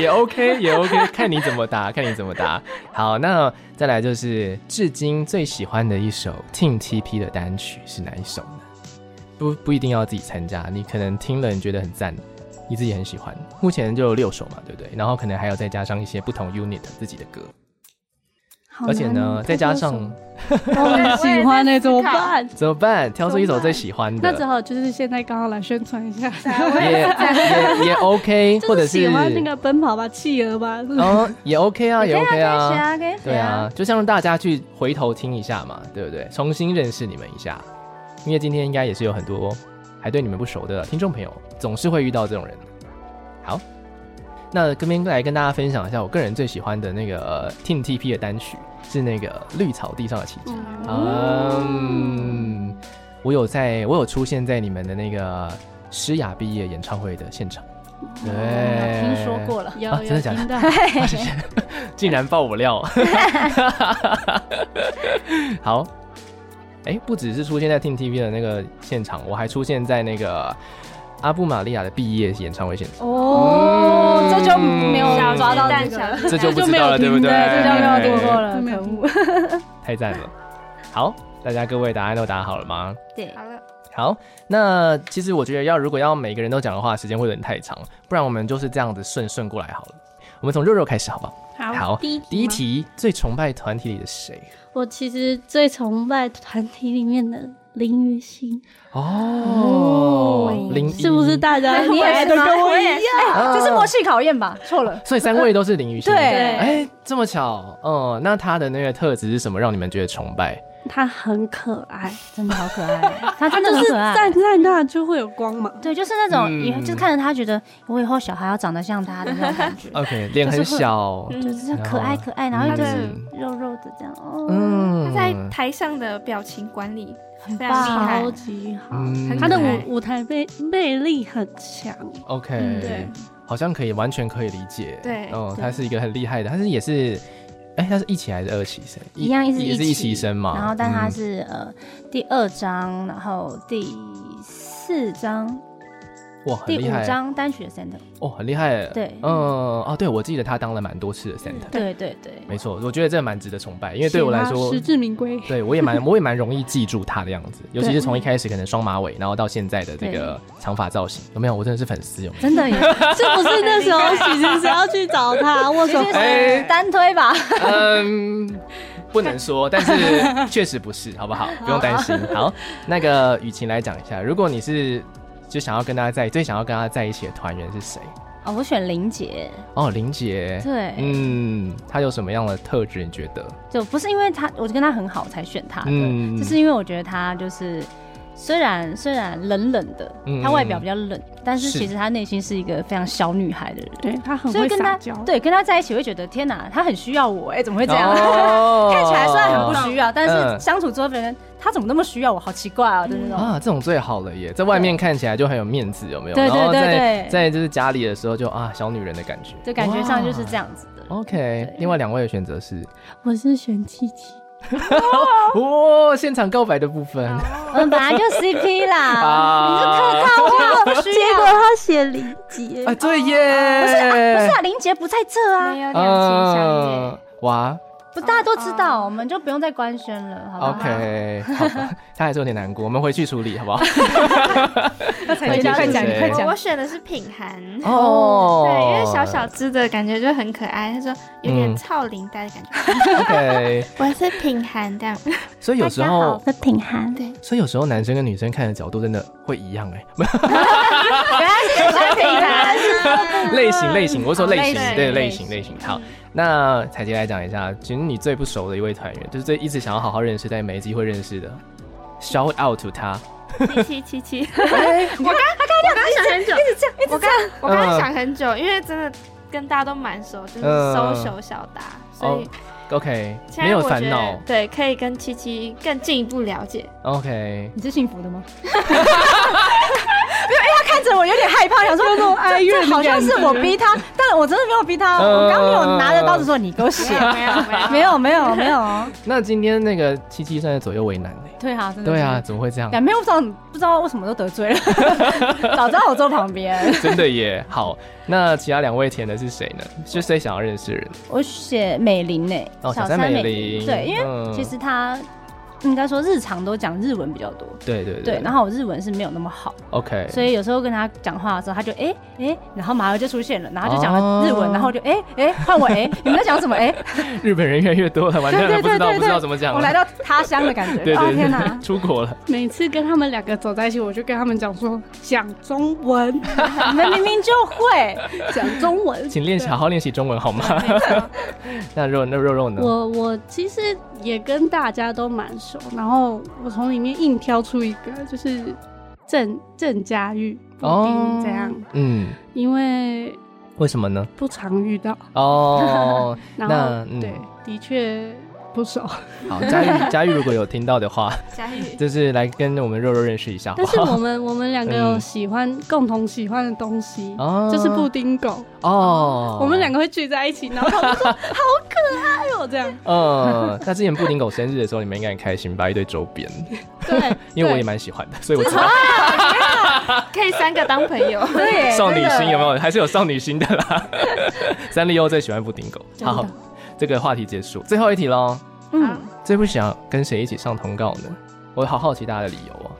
Speaker 1: 也 OK，也 OK，看 你怎么答，看你怎么答。好，那再来就是至今最喜欢的一首 Team TP 的单曲是哪一首呢？不不一定要自己参加，你可能听了你觉得很赞，你自己很喜欢。目前就有六首嘛，对不对？然后可能还有再加上一些不同 unit 自己的歌，
Speaker 5: 哦
Speaker 1: 而且呢，再加上
Speaker 5: 我很喜欢那、怎么办？
Speaker 1: 怎么办？挑出一首最喜欢
Speaker 5: 那只
Speaker 1: 的，
Speaker 5: 好就是现在刚好来宣传一 下，
Speaker 1: 也也也 OK，或
Speaker 5: 就
Speaker 1: 者
Speaker 5: 是
Speaker 1: 是
Speaker 5: 喜欢那个奔跑吧企鹅吧，是不是
Speaker 1: 哦，也 OK 啊，也 OK 啊，
Speaker 3: 可以啊，可以
Speaker 1: 对
Speaker 3: 选
Speaker 1: 啊，，就像大家去回头听一下嘛，对不对？重新认识你们一下，因为今天应该也是有很多还对你们不熟的听众朋友，总是会遇到这种人。好，那这边来跟大家分享一下我个人最喜欢的那个、呃 Team TP 的单曲，是那个《绿草地上的奇迹》。
Speaker 3: 嗯
Speaker 1: 嗯，我有在，我有出现在你们的那个诗雅毕业演唱会的现场。对，
Speaker 3: 有哦听说过 了。
Speaker 5: 有
Speaker 1: 啊真的
Speaker 5: 有
Speaker 1: 假的
Speaker 5: 听到，
Speaker 1: 竟然爆我料。好，哎、不只是出现在 Team TV 的那个现场，我还出现在那个阿布玛利亚的毕业演唱会现场，嗯
Speaker 3: 哦，这就没有抓到
Speaker 4: 蛋
Speaker 3: 这
Speaker 4: 小
Speaker 3: 个，
Speaker 4: 鸡蛋
Speaker 1: 这就不
Speaker 5: 就
Speaker 1: 知
Speaker 5: 没
Speaker 1: 道了，
Speaker 5: 有
Speaker 1: 对不
Speaker 5: 听
Speaker 1: 对？
Speaker 5: 对
Speaker 3: 这就没有听过了，
Speaker 5: 没有
Speaker 3: 可
Speaker 5: 听
Speaker 3: 恶。
Speaker 1: 太赞了。好，大家各位答案都打好了吗？
Speaker 3: 对，
Speaker 4: 好了，
Speaker 1: 好，那其实我觉得要如果要每个人都讲的话，时间会有点太长，不然我们就是这样子顺顺过来好了。我们从肉肉开始好不好？好
Speaker 5: 第一
Speaker 1: 第一
Speaker 5: 吗
Speaker 1: 题，最崇拜团体里的谁？
Speaker 5: 我其实最崇拜团体里面的林雨欣，
Speaker 1: 哦，林
Speaker 5: 嗯是不是
Speaker 1: 依
Speaker 5: 大家
Speaker 3: 你也是
Speaker 5: 都
Speaker 3: 吗
Speaker 5: 跟我一
Speaker 3: 也
Speaker 5: 样
Speaker 3: 是？
Speaker 1: 嗯
Speaker 3: 哎这是默契考验吧？错了，
Speaker 1: 所以三位都是林雨欣。
Speaker 3: 对
Speaker 1: 哎，这么巧，嗯，那他的那个特质是什么，让你们觉得崇拜？
Speaker 5: 她很可爱，
Speaker 3: 真的好可爱， 他真的
Speaker 5: 就
Speaker 3: 很
Speaker 5: 是
Speaker 3: 可爱。
Speaker 5: 站在那就会有光芒。
Speaker 3: 对，就是那种，
Speaker 1: 嗯
Speaker 3: 以后就是看着他觉得我以后小孩要长得像他的那种感觉，
Speaker 1: OK，脸很小，
Speaker 3: 就是
Speaker 1: 然后
Speaker 3: 可爱可爱，嗯然后就是
Speaker 1: 嗯
Speaker 3: 肉肉的这样，哦，
Speaker 1: 嗯
Speaker 4: 他在台上的表情管理非常厉害
Speaker 5: 超，级好，
Speaker 1: 嗯
Speaker 5: 她的
Speaker 4: 很可爱
Speaker 5: 舞舞台魅魅力很强，
Speaker 3: 嗯
Speaker 1: OK，
Speaker 4: 对
Speaker 1: 好像可以，完全可以理解。
Speaker 4: 对
Speaker 1: 嗯，
Speaker 3: 对
Speaker 1: 他是一个很厉害的，他是也是，哎，他是一起还是二期生？
Speaker 3: 一样
Speaker 1: 也是
Speaker 3: 一
Speaker 1: 一期生嘛。
Speaker 3: 然后，但他
Speaker 1: 嗯
Speaker 3: 是呃第二章，然后第四章、
Speaker 1: 哇，很
Speaker 3: 第
Speaker 1: 厉
Speaker 3: 五
Speaker 1: 害，
Speaker 3: 章单曲的 center，
Speaker 1: 哦，很厉害。
Speaker 3: 对嗯
Speaker 1: 嗯，哦，对，我记得他当了蛮多次的 center，
Speaker 3: 对对对，
Speaker 1: 没错，我觉得这蛮值得崇拜，因为对我来说，
Speaker 5: 实至名 归。
Speaker 1: 对我也蛮 我也蛮容易记住他的样子，尤其是从一开始可能双马尾，然后到现在的这个长发造型，有没有？我真的是粉丝，有 没有？
Speaker 3: 真的 耶，
Speaker 5: 是不是那时候其实是要去找他握手
Speaker 3: 就
Speaker 1: 哎
Speaker 3: 是单推吧，
Speaker 1: 嗯，不能说，但是确实不是，好不好？不用担心。好，那个雨晴来讲一下，如果你是就想要跟他在最想要跟他在一起的团员是谁？
Speaker 3: 哦，我选林杰，
Speaker 1: 哦，林杰。
Speaker 3: 对
Speaker 1: 嗯，他有什么样的特质？你觉得？
Speaker 3: 就不是因为他，我跟他很好才选他的，
Speaker 1: 嗯
Speaker 3: 就是因为我觉得他就是虽然虽然冷冷的
Speaker 1: 嗯，
Speaker 3: 她外表比较冷，但是
Speaker 1: 是
Speaker 3: 其实她内心是一个非常小女孩的人。
Speaker 5: 对他很
Speaker 3: 所以
Speaker 5: 会
Speaker 3: 跟
Speaker 5: 撒
Speaker 3: 她
Speaker 5: 娇，
Speaker 3: 对跟她在一起会觉得天哪，她很需要我哎、怎么会这样？
Speaker 1: 哦
Speaker 3: 看起来虽然很不需要，但
Speaker 1: 嗯
Speaker 3: 是相处之后，觉得她怎么那么需要我，好奇怪啊的那种。
Speaker 1: 啊，这种最好了耶，在外面看起来就很有面子，有没有？
Speaker 3: 对对
Speaker 1: 然后
Speaker 3: 对
Speaker 1: 在
Speaker 3: 对
Speaker 1: 在就是家里的时候就啊，小女人的感觉，
Speaker 3: 就感觉上就是
Speaker 1: 哇
Speaker 3: 这。样子的。
Speaker 1: OK，另外两位的选择是
Speaker 5: 我是选七七，
Speaker 1: 哦，现场告白的部分
Speaker 3: 我们本来就 CP 啦，
Speaker 1: 啊，
Speaker 3: 我不需
Speaker 2: 结
Speaker 3: 要
Speaker 2: 果。 他写李杰，
Speaker 5: 呃
Speaker 1: 啊，对
Speaker 3: 不是啊，不是
Speaker 1: 耶，
Speaker 3: 啊，林杰不在这啊
Speaker 1: 呃
Speaker 4: 没，有两情相悦。
Speaker 1: 嗯，哇
Speaker 3: 不大家都知道，我们就不用再官宣了，好不好
Speaker 1: ，OK，好吧，他还是有点难过，我们回去处理好不好？
Speaker 3: 快讲快讲
Speaker 1: 对
Speaker 3: 快
Speaker 4: 我
Speaker 3: 讲
Speaker 4: 我，选的是品涵。
Speaker 1: 哦
Speaker 4: 对，因为小小只的感觉就很可爱。他说有点
Speaker 1: 嗯
Speaker 4: 超龄带的感觉。
Speaker 1: OK，
Speaker 4: 我是品涵这样，
Speaker 1: 哦所以有时
Speaker 4: 大家
Speaker 1: 候
Speaker 4: 好。
Speaker 2: 的品涵，
Speaker 4: 对，
Speaker 1: 所以有时候男生跟女生看的角度真的会一样哎、
Speaker 3: 原来是品牌，
Speaker 1: 类型类型，我说类型，
Speaker 4: 类型
Speaker 1: 对类
Speaker 3: 类
Speaker 1: 型
Speaker 3: 型
Speaker 1: 类型。好，那彩杰来讲一下，其实你最不熟的一位团员，就是最一直想要好好认识，但没机会认识的。Shout out to 他，
Speaker 4: 七七七 七。我刚我刚刚想很久，一直这样，我刚我刚刚想很久，因为真的跟大家都蛮熟，就是
Speaker 1: 嗯
Speaker 4: social 小达，所以
Speaker 1: 哦 OK，
Speaker 4: 现
Speaker 1: 没
Speaker 4: 在
Speaker 1: 有
Speaker 4: 我觉
Speaker 1: 烦
Speaker 4: 得
Speaker 1: 恼
Speaker 4: 对，可以跟七七更进一步了解。
Speaker 1: ，OK，
Speaker 3: 你是幸福的 吗？没有，因为他看着我有点害怕，想说那种 哀怨，这好像是我逼他，但我真的没有逼他，
Speaker 1: 嗯
Speaker 3: 我刚没有拿着刀子说你给 我写，
Speaker 4: 没有没有
Speaker 3: 没有没有没有哦，
Speaker 1: 那今天那个七七算是左右为难嘞、
Speaker 3: 对啊，真的
Speaker 1: 对
Speaker 3: 是
Speaker 1: 啊，，怎么会这样？
Speaker 3: 两边不知道不知道为什么都得 罪了，早知道我坐旁边。
Speaker 1: 真的耶。好，那其他两位填的是谁呢？是谁想要认识的人？
Speaker 3: 我写美玲呢、
Speaker 1: 哦小三
Speaker 3: 三
Speaker 1: 美
Speaker 3: 玲。
Speaker 1: 玲
Speaker 3: 对，因
Speaker 1: 嗯
Speaker 3: 为其实她应该说日常都讲日文比较多，
Speaker 1: 对对
Speaker 3: 对，然后我日文是没有那么好，
Speaker 1: OK，
Speaker 3: 所以有时候跟她讲话的时候，她就哎哎、欸然后马上就出现了，然后就讲
Speaker 1: 哦
Speaker 3: 了日文，然后就哎哎换我哎、 你们在讲什么哎、
Speaker 1: 日本人越来越多了，完
Speaker 3: 对
Speaker 1: 蛋了，
Speaker 3: 对
Speaker 1: 不知
Speaker 3: 对
Speaker 1: 道
Speaker 3: 对
Speaker 1: 不知道
Speaker 3: 对，
Speaker 1: 怎么讲了。
Speaker 3: 我来到他乡的感 觉，
Speaker 1: 对
Speaker 3: 哦
Speaker 1: 对
Speaker 3: 天哪
Speaker 1: 对，！出国了。
Speaker 5: 每次跟他们两个走在一起，我就跟他们讲说讲中 文，
Speaker 3: 你们明明就 会，
Speaker 5: 讲中文。
Speaker 1: 请练习好好练习中文好吗？那肉那肉肉呢？
Speaker 5: 我我其实也跟大家都蛮熟，然后我从里面硬挑出一个，就是郑郑佳玉布丁这样，
Speaker 1: 嗯，
Speaker 5: 因为
Speaker 1: 为什么呢？
Speaker 5: 不常遇到，
Speaker 1: 哦，
Speaker 5: 然
Speaker 1: 那
Speaker 5: 后
Speaker 1: 嗯
Speaker 5: 对，的确不熟，
Speaker 1: 好，佳玉 佳玉如果有听到的话，
Speaker 4: 佳玉，
Speaker 1: 就是来跟我们肉肉认识一下好
Speaker 5: 但
Speaker 1: 不
Speaker 5: 是
Speaker 1: 好，
Speaker 5: 我们我们两个有喜欢、共同喜欢的东西，
Speaker 1: 嗯哦
Speaker 5: 就是布丁狗，
Speaker 1: 哦，
Speaker 5: 我们两
Speaker 1: 个
Speaker 5: 个会聚在一起，然后他们 说好可爱哦、这样。
Speaker 1: 嗯，那之前布丁狗生日的时候，你们应该很开心吧？一堆周边，
Speaker 5: 对，
Speaker 1: 因为我
Speaker 5: 对
Speaker 1: 也蛮喜欢的，所以我知道
Speaker 4: 可以三个当朋 友。
Speaker 3: 对，
Speaker 1: 少女
Speaker 3: 哎真
Speaker 1: 心
Speaker 3: 的
Speaker 1: 有没有？还是有少女心的啦。三丽鸥最喜欢布丁狗。
Speaker 5: 真的
Speaker 1: 好，这个话题结束，最后一题喽。
Speaker 3: 嗯，
Speaker 1: 最不想跟谁一起上通告呢？我好好奇大家的理由哦。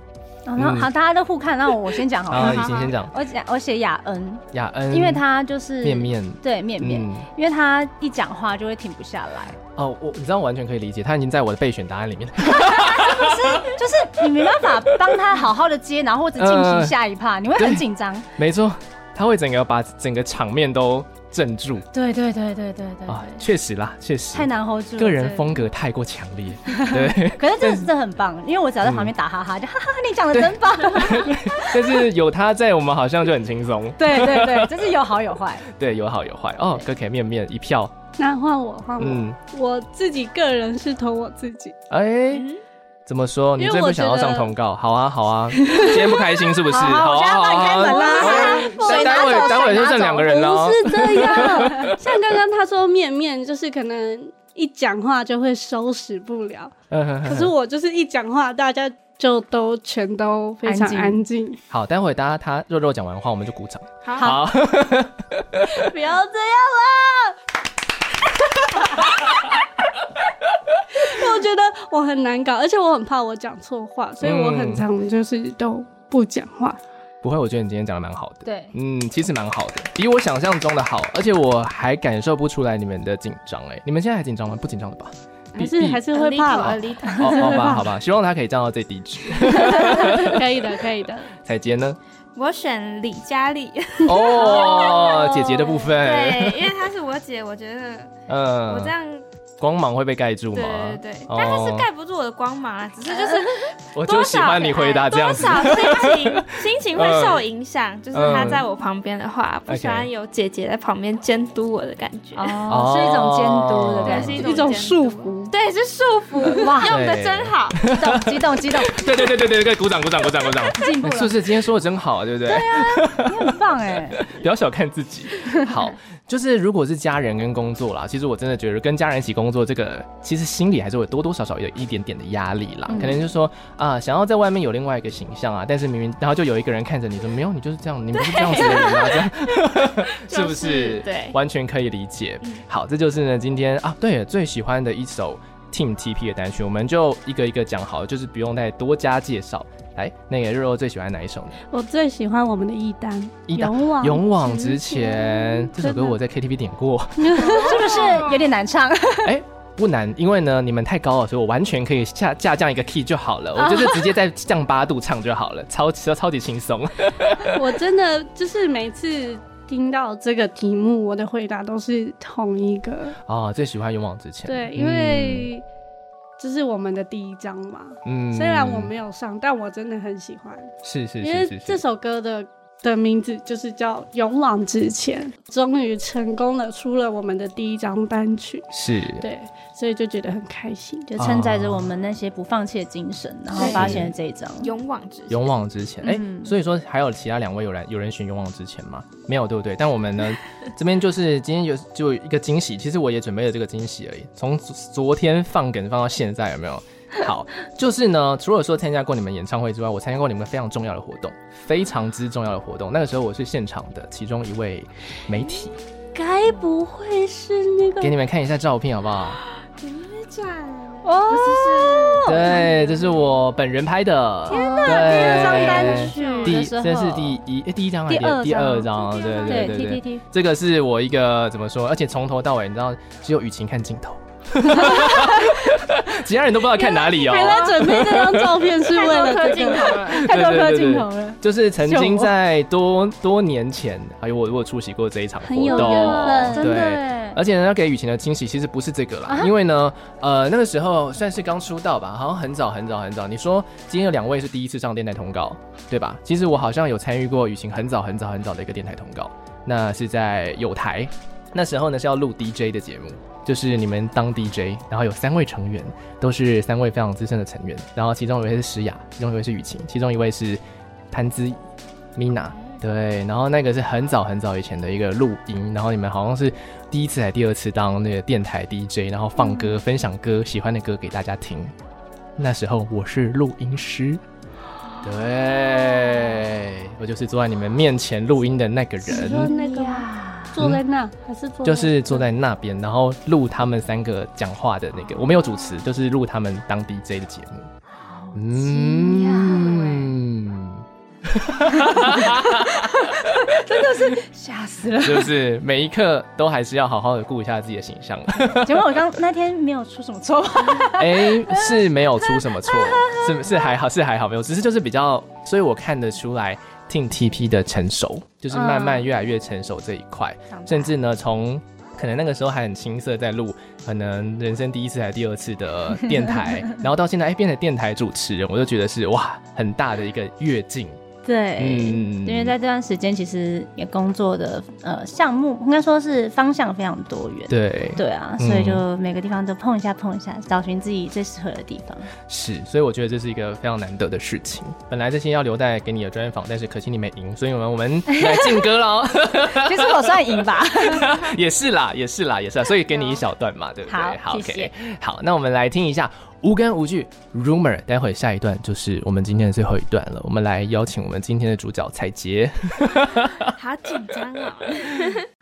Speaker 3: 然后好，大家都互看，那我先讲好
Speaker 1: 啊，
Speaker 3: 了。
Speaker 1: 雨欣先 讲，
Speaker 3: 我讲我写雅恩，
Speaker 1: 雅恩，
Speaker 3: 哦因为她就是
Speaker 1: 面面。
Speaker 3: 对面面，
Speaker 1: 嗯，
Speaker 3: 因为他一讲话就会停不下来，
Speaker 1: 哦，我你知道，我完全可以理解，他已经在我的备选答案里面。
Speaker 3: 就是你没办法帮他好好的接，然后或者进行下一趴，你会很紧张。
Speaker 1: 没错，他会整个把整个场面都镇住
Speaker 3: 对对对对对对
Speaker 1: 啊，确实啦，确实，
Speaker 3: 太难 hold 住了。
Speaker 1: 个人
Speaker 3: 对，
Speaker 1: 风格太过强烈， 对。
Speaker 3: 可是这真的很棒，因为我只要在旁边打哈哈，就哈哈，你讲的真棒。
Speaker 1: 但是有他在，我们好像就很轻松，
Speaker 3: 对对对，这是有好有坏。
Speaker 1: 对，有好有坏哦。哥可面面一票，
Speaker 3: 哦
Speaker 5: 那换我换我、
Speaker 1: 嗯，
Speaker 5: 我自己个人是投我自己，
Speaker 1: 哎。
Speaker 4: 嗯
Speaker 1: 怎么说？你
Speaker 5: 因为
Speaker 1: 最不
Speaker 5: 我
Speaker 1: 想
Speaker 5: 觉
Speaker 1: 要上
Speaker 5: 得
Speaker 1: 通告？好啊，好 啊，今天不开心是不是？好
Speaker 3: 我
Speaker 1: 啊，
Speaker 3: 现在
Speaker 1: 好
Speaker 3: 帮你
Speaker 1: 啊，
Speaker 3: 开
Speaker 1: 好
Speaker 3: 门
Speaker 1: 啊。
Speaker 3: 啦，
Speaker 1: 待
Speaker 3: 水拿
Speaker 1: 待会
Speaker 3: 走，
Speaker 1: 待会
Speaker 3: 水
Speaker 1: 就
Speaker 3: 拿
Speaker 1: 剩两
Speaker 3: 走
Speaker 1: 个。人了哦
Speaker 5: 不。是这样。像刚刚他说面面，就是可能一讲话就会收拾不了，
Speaker 1: 嗯哼哼
Speaker 5: 可是我就是一讲话，大家就都全都非常安
Speaker 3: 安
Speaker 5: 静。
Speaker 1: 好，待会大家他肉肉讲完话，我们就鼓掌。
Speaker 4: 好
Speaker 1: 好，
Speaker 3: 不要这样啦！
Speaker 5: 我觉得我很难搞，而且我很怕我讲错话，所以我
Speaker 3: 嗯
Speaker 5: 很常就是都不讲话。
Speaker 1: 不会，我觉得你今天讲的蛮好的。
Speaker 3: 对，
Speaker 1: 嗯，其实蛮好的，比我想象中的好，而且我还感受不出来你们的紧张。哎，你们现在还紧张吗？不紧张的吧？
Speaker 5: 还是还是会怕吧？
Speaker 1: 哦，好吧，好吧，希望他可以降到最低值。
Speaker 5: 可以的，可以的。
Speaker 1: 彩杰呢？
Speaker 4: 我选李佳丽，
Speaker 1: 哦，姐姐的部分，
Speaker 4: 对，因为她是我姐，我觉得
Speaker 1: 嗯
Speaker 4: 我这样
Speaker 1: 光芒会被盖住吗？
Speaker 4: 对对对，
Speaker 1: 哦
Speaker 4: 但她是盖不住我的光芒啊，只 是就是
Speaker 1: 我就
Speaker 4: 多
Speaker 1: 喜
Speaker 4: 少
Speaker 1: 欢你回答这样子。
Speaker 4: 多少心情心情会受影响，就是他在我旁边的话，不喜欢
Speaker 1: OK
Speaker 4: 有姐姐在旁边监督我的感觉。
Speaker 3: 哦，是一种监督的感
Speaker 4: 对
Speaker 3: 觉
Speaker 4: 是。
Speaker 5: 一种束
Speaker 4: 监督
Speaker 5: 缚。
Speaker 4: 对，是束缚，
Speaker 3: 哇
Speaker 4: 用的真好。
Speaker 3: 激动，激动，激动，
Speaker 1: 对对对对对对，鼓掌鼓掌鼓掌鼓掌！
Speaker 3: 进步
Speaker 1: 是不
Speaker 3: 了，
Speaker 1: 是今天说的真好，啊对不对？
Speaker 3: 你很棒哎！
Speaker 1: 不要小看自己。好，就是如果是家人跟工作啦，其实我真的觉得跟家人一起工作，这个其实心里还是会多多少少有一点点的压力啦。可能就
Speaker 4: 嗯
Speaker 1: 是说啊、想要在外面有另外一个形象啊，但是明明然后就有一个人看着你说没有，你就是这样，你不是这样子的人啊，这样 是不
Speaker 4: 就是对嗯
Speaker 1: 完全可以理解。好，这就是呢今天啊，对最喜欢的一首 Team TP 的单曲，我们就一个一个讲好了，就是不用再多加介绍。来，那个肉肉最喜欢哪一首呢？
Speaker 5: 我最喜欢我们的一丹，
Speaker 1: 一丹
Speaker 5: 勇往
Speaker 1: 勇往直前这首歌
Speaker 5: 真的
Speaker 1: 我在 KTV 点过，
Speaker 3: 是不是有点难唱？
Speaker 1: 哎，不难，因为呢你们太高了，所以我完全可以下下降一个 key 就 好了，我就是直接在降八度唱就好了，超超超级轻松。
Speaker 5: 我真的就是每次听到这个题目，我的回答都是同一个。
Speaker 1: 哦，最喜欢勇往直前，
Speaker 5: 对，因为这是我们的第一张嘛，
Speaker 1: 嗯
Speaker 5: 虽然我没有上，但我真的很喜欢，
Speaker 1: 是是
Speaker 5: 因
Speaker 1: 是
Speaker 5: 为
Speaker 1: 是
Speaker 5: 这
Speaker 1: 是，
Speaker 5: 首歌的。的名字就是叫《勇往直前》，终于成功了，出了我们的第一张单曲，
Speaker 1: 是
Speaker 5: 对，所以就觉得很开心。
Speaker 3: 就承载着我们那些不放弃的精神，然后发现了这一张。
Speaker 4: 勇往直前，
Speaker 1: 勇往直前，哎、
Speaker 3: 嗯
Speaker 1: 所以说还有其他两位有人有人选勇往直前吗？没有，对不对？但我们呢，这边就是今天有就有一个惊喜，其实我也准备了这个惊喜而已，从昨昨天放梗放到现在，有没有？好，就是呢，除了说参加过你们演唱会之外，我参加过你们非常重要的活动，非常之重要的活动。那个时候我是现场的其中一位媒体，
Speaker 5: 该不会是那个
Speaker 1: 给你们看一下照片好不好？
Speaker 4: 不是
Speaker 1: 对，这是我本人拍的，天哪，第
Speaker 4: 是上单曲
Speaker 1: 第
Speaker 4: 的时候
Speaker 1: 这是第一诶第一张还是
Speaker 3: 第二
Speaker 1: 第二
Speaker 3: 张
Speaker 1: 张？啊对
Speaker 3: 对
Speaker 1: 对对
Speaker 3: TTT
Speaker 1: 这个是我一个怎么说？而且从头到尾，你知道，只有雨晴看镜头，其他人都不知道看哪里哦。
Speaker 5: 还在准备这张照片是为了这个，
Speaker 1: 太多颗
Speaker 5: 镜
Speaker 1: 头了。就是曾经在多多年前，还有我我有出席过这一场活
Speaker 5: 很有
Speaker 1: 动，
Speaker 5: 缘
Speaker 1: 对。
Speaker 5: 分
Speaker 3: 真的哎
Speaker 1: 而且呢，要给雨晴的惊喜其实不是这个啦，因为呢，呃，那个时候算是刚出道吧，好像很早很早很早。你说今天有两位是第一次上电台通告，对吧？其实我好像有参与过雨晴很早很早很早的一个电台通告，那是在有台，那时候呢是要录 DJ 的节目。就是你们当 DJ，然后有三位成员，都是三位非常资深的成员，然后其中一位是诗雅，其中一位是雨晴，其中一位是潘姿，Mina，对，然后那个是很早很早以前的一个录音，然后你们好像是第一次还第二次当那个电台 DJ，然后放歌、分享歌喜欢的歌给大家听。那时候我是录音师，对我就是坐在你们面前录音的那个
Speaker 5: 你说
Speaker 1: 人，
Speaker 5: 那个吗坐在那还是坐在
Speaker 1: 嗯就是坐在那边，然后录他们三个讲话的那个，我没有主持，就是录他们当 DJ 的节目。嗯，
Speaker 3: 吓死了！
Speaker 1: 是不是每一刻都还是要好好的顾一下自己的形象？
Speaker 3: 结果我刚那天没有出什么错，
Speaker 1: 哎、是没有出什么错，是是还好，是还好没有，只是就是比较，所以我看得出来 Team TP 的成熟，就是慢慢越来越成熟这一块，甚至呢从。可能那个时候还很青涩，在录可能人生第一次还是第二次的电台，然后到现在哎、变成电台主持人，我就觉得是哇很大的一个跃进。
Speaker 3: 对，
Speaker 1: 嗯
Speaker 3: 因为在这段时间其实也工作的呃项目，应该说是方向非常多元。
Speaker 1: 对
Speaker 3: 对啊，
Speaker 1: 嗯
Speaker 3: 所以就每个地方都碰一下碰一下，找寻自己最适合的地方。
Speaker 1: 是，所以我觉得这是一个非常难得的事情。本来这些要留在给你的专访，但是可惜你没赢，所以我们我们来进歌喽。
Speaker 3: 其实我算赢 吧，
Speaker 1: 也是啦，也是啦，也是啦，所以给你一小段嘛，对不对？
Speaker 3: 哎好
Speaker 1: 好 OK，
Speaker 3: 谢谢
Speaker 1: 好，那我们来听一下无根无据 rumor，待会下一段就是我们今天的最后一段了。我们来邀请我们今天的主角彩杰。
Speaker 4: 好紧张啊！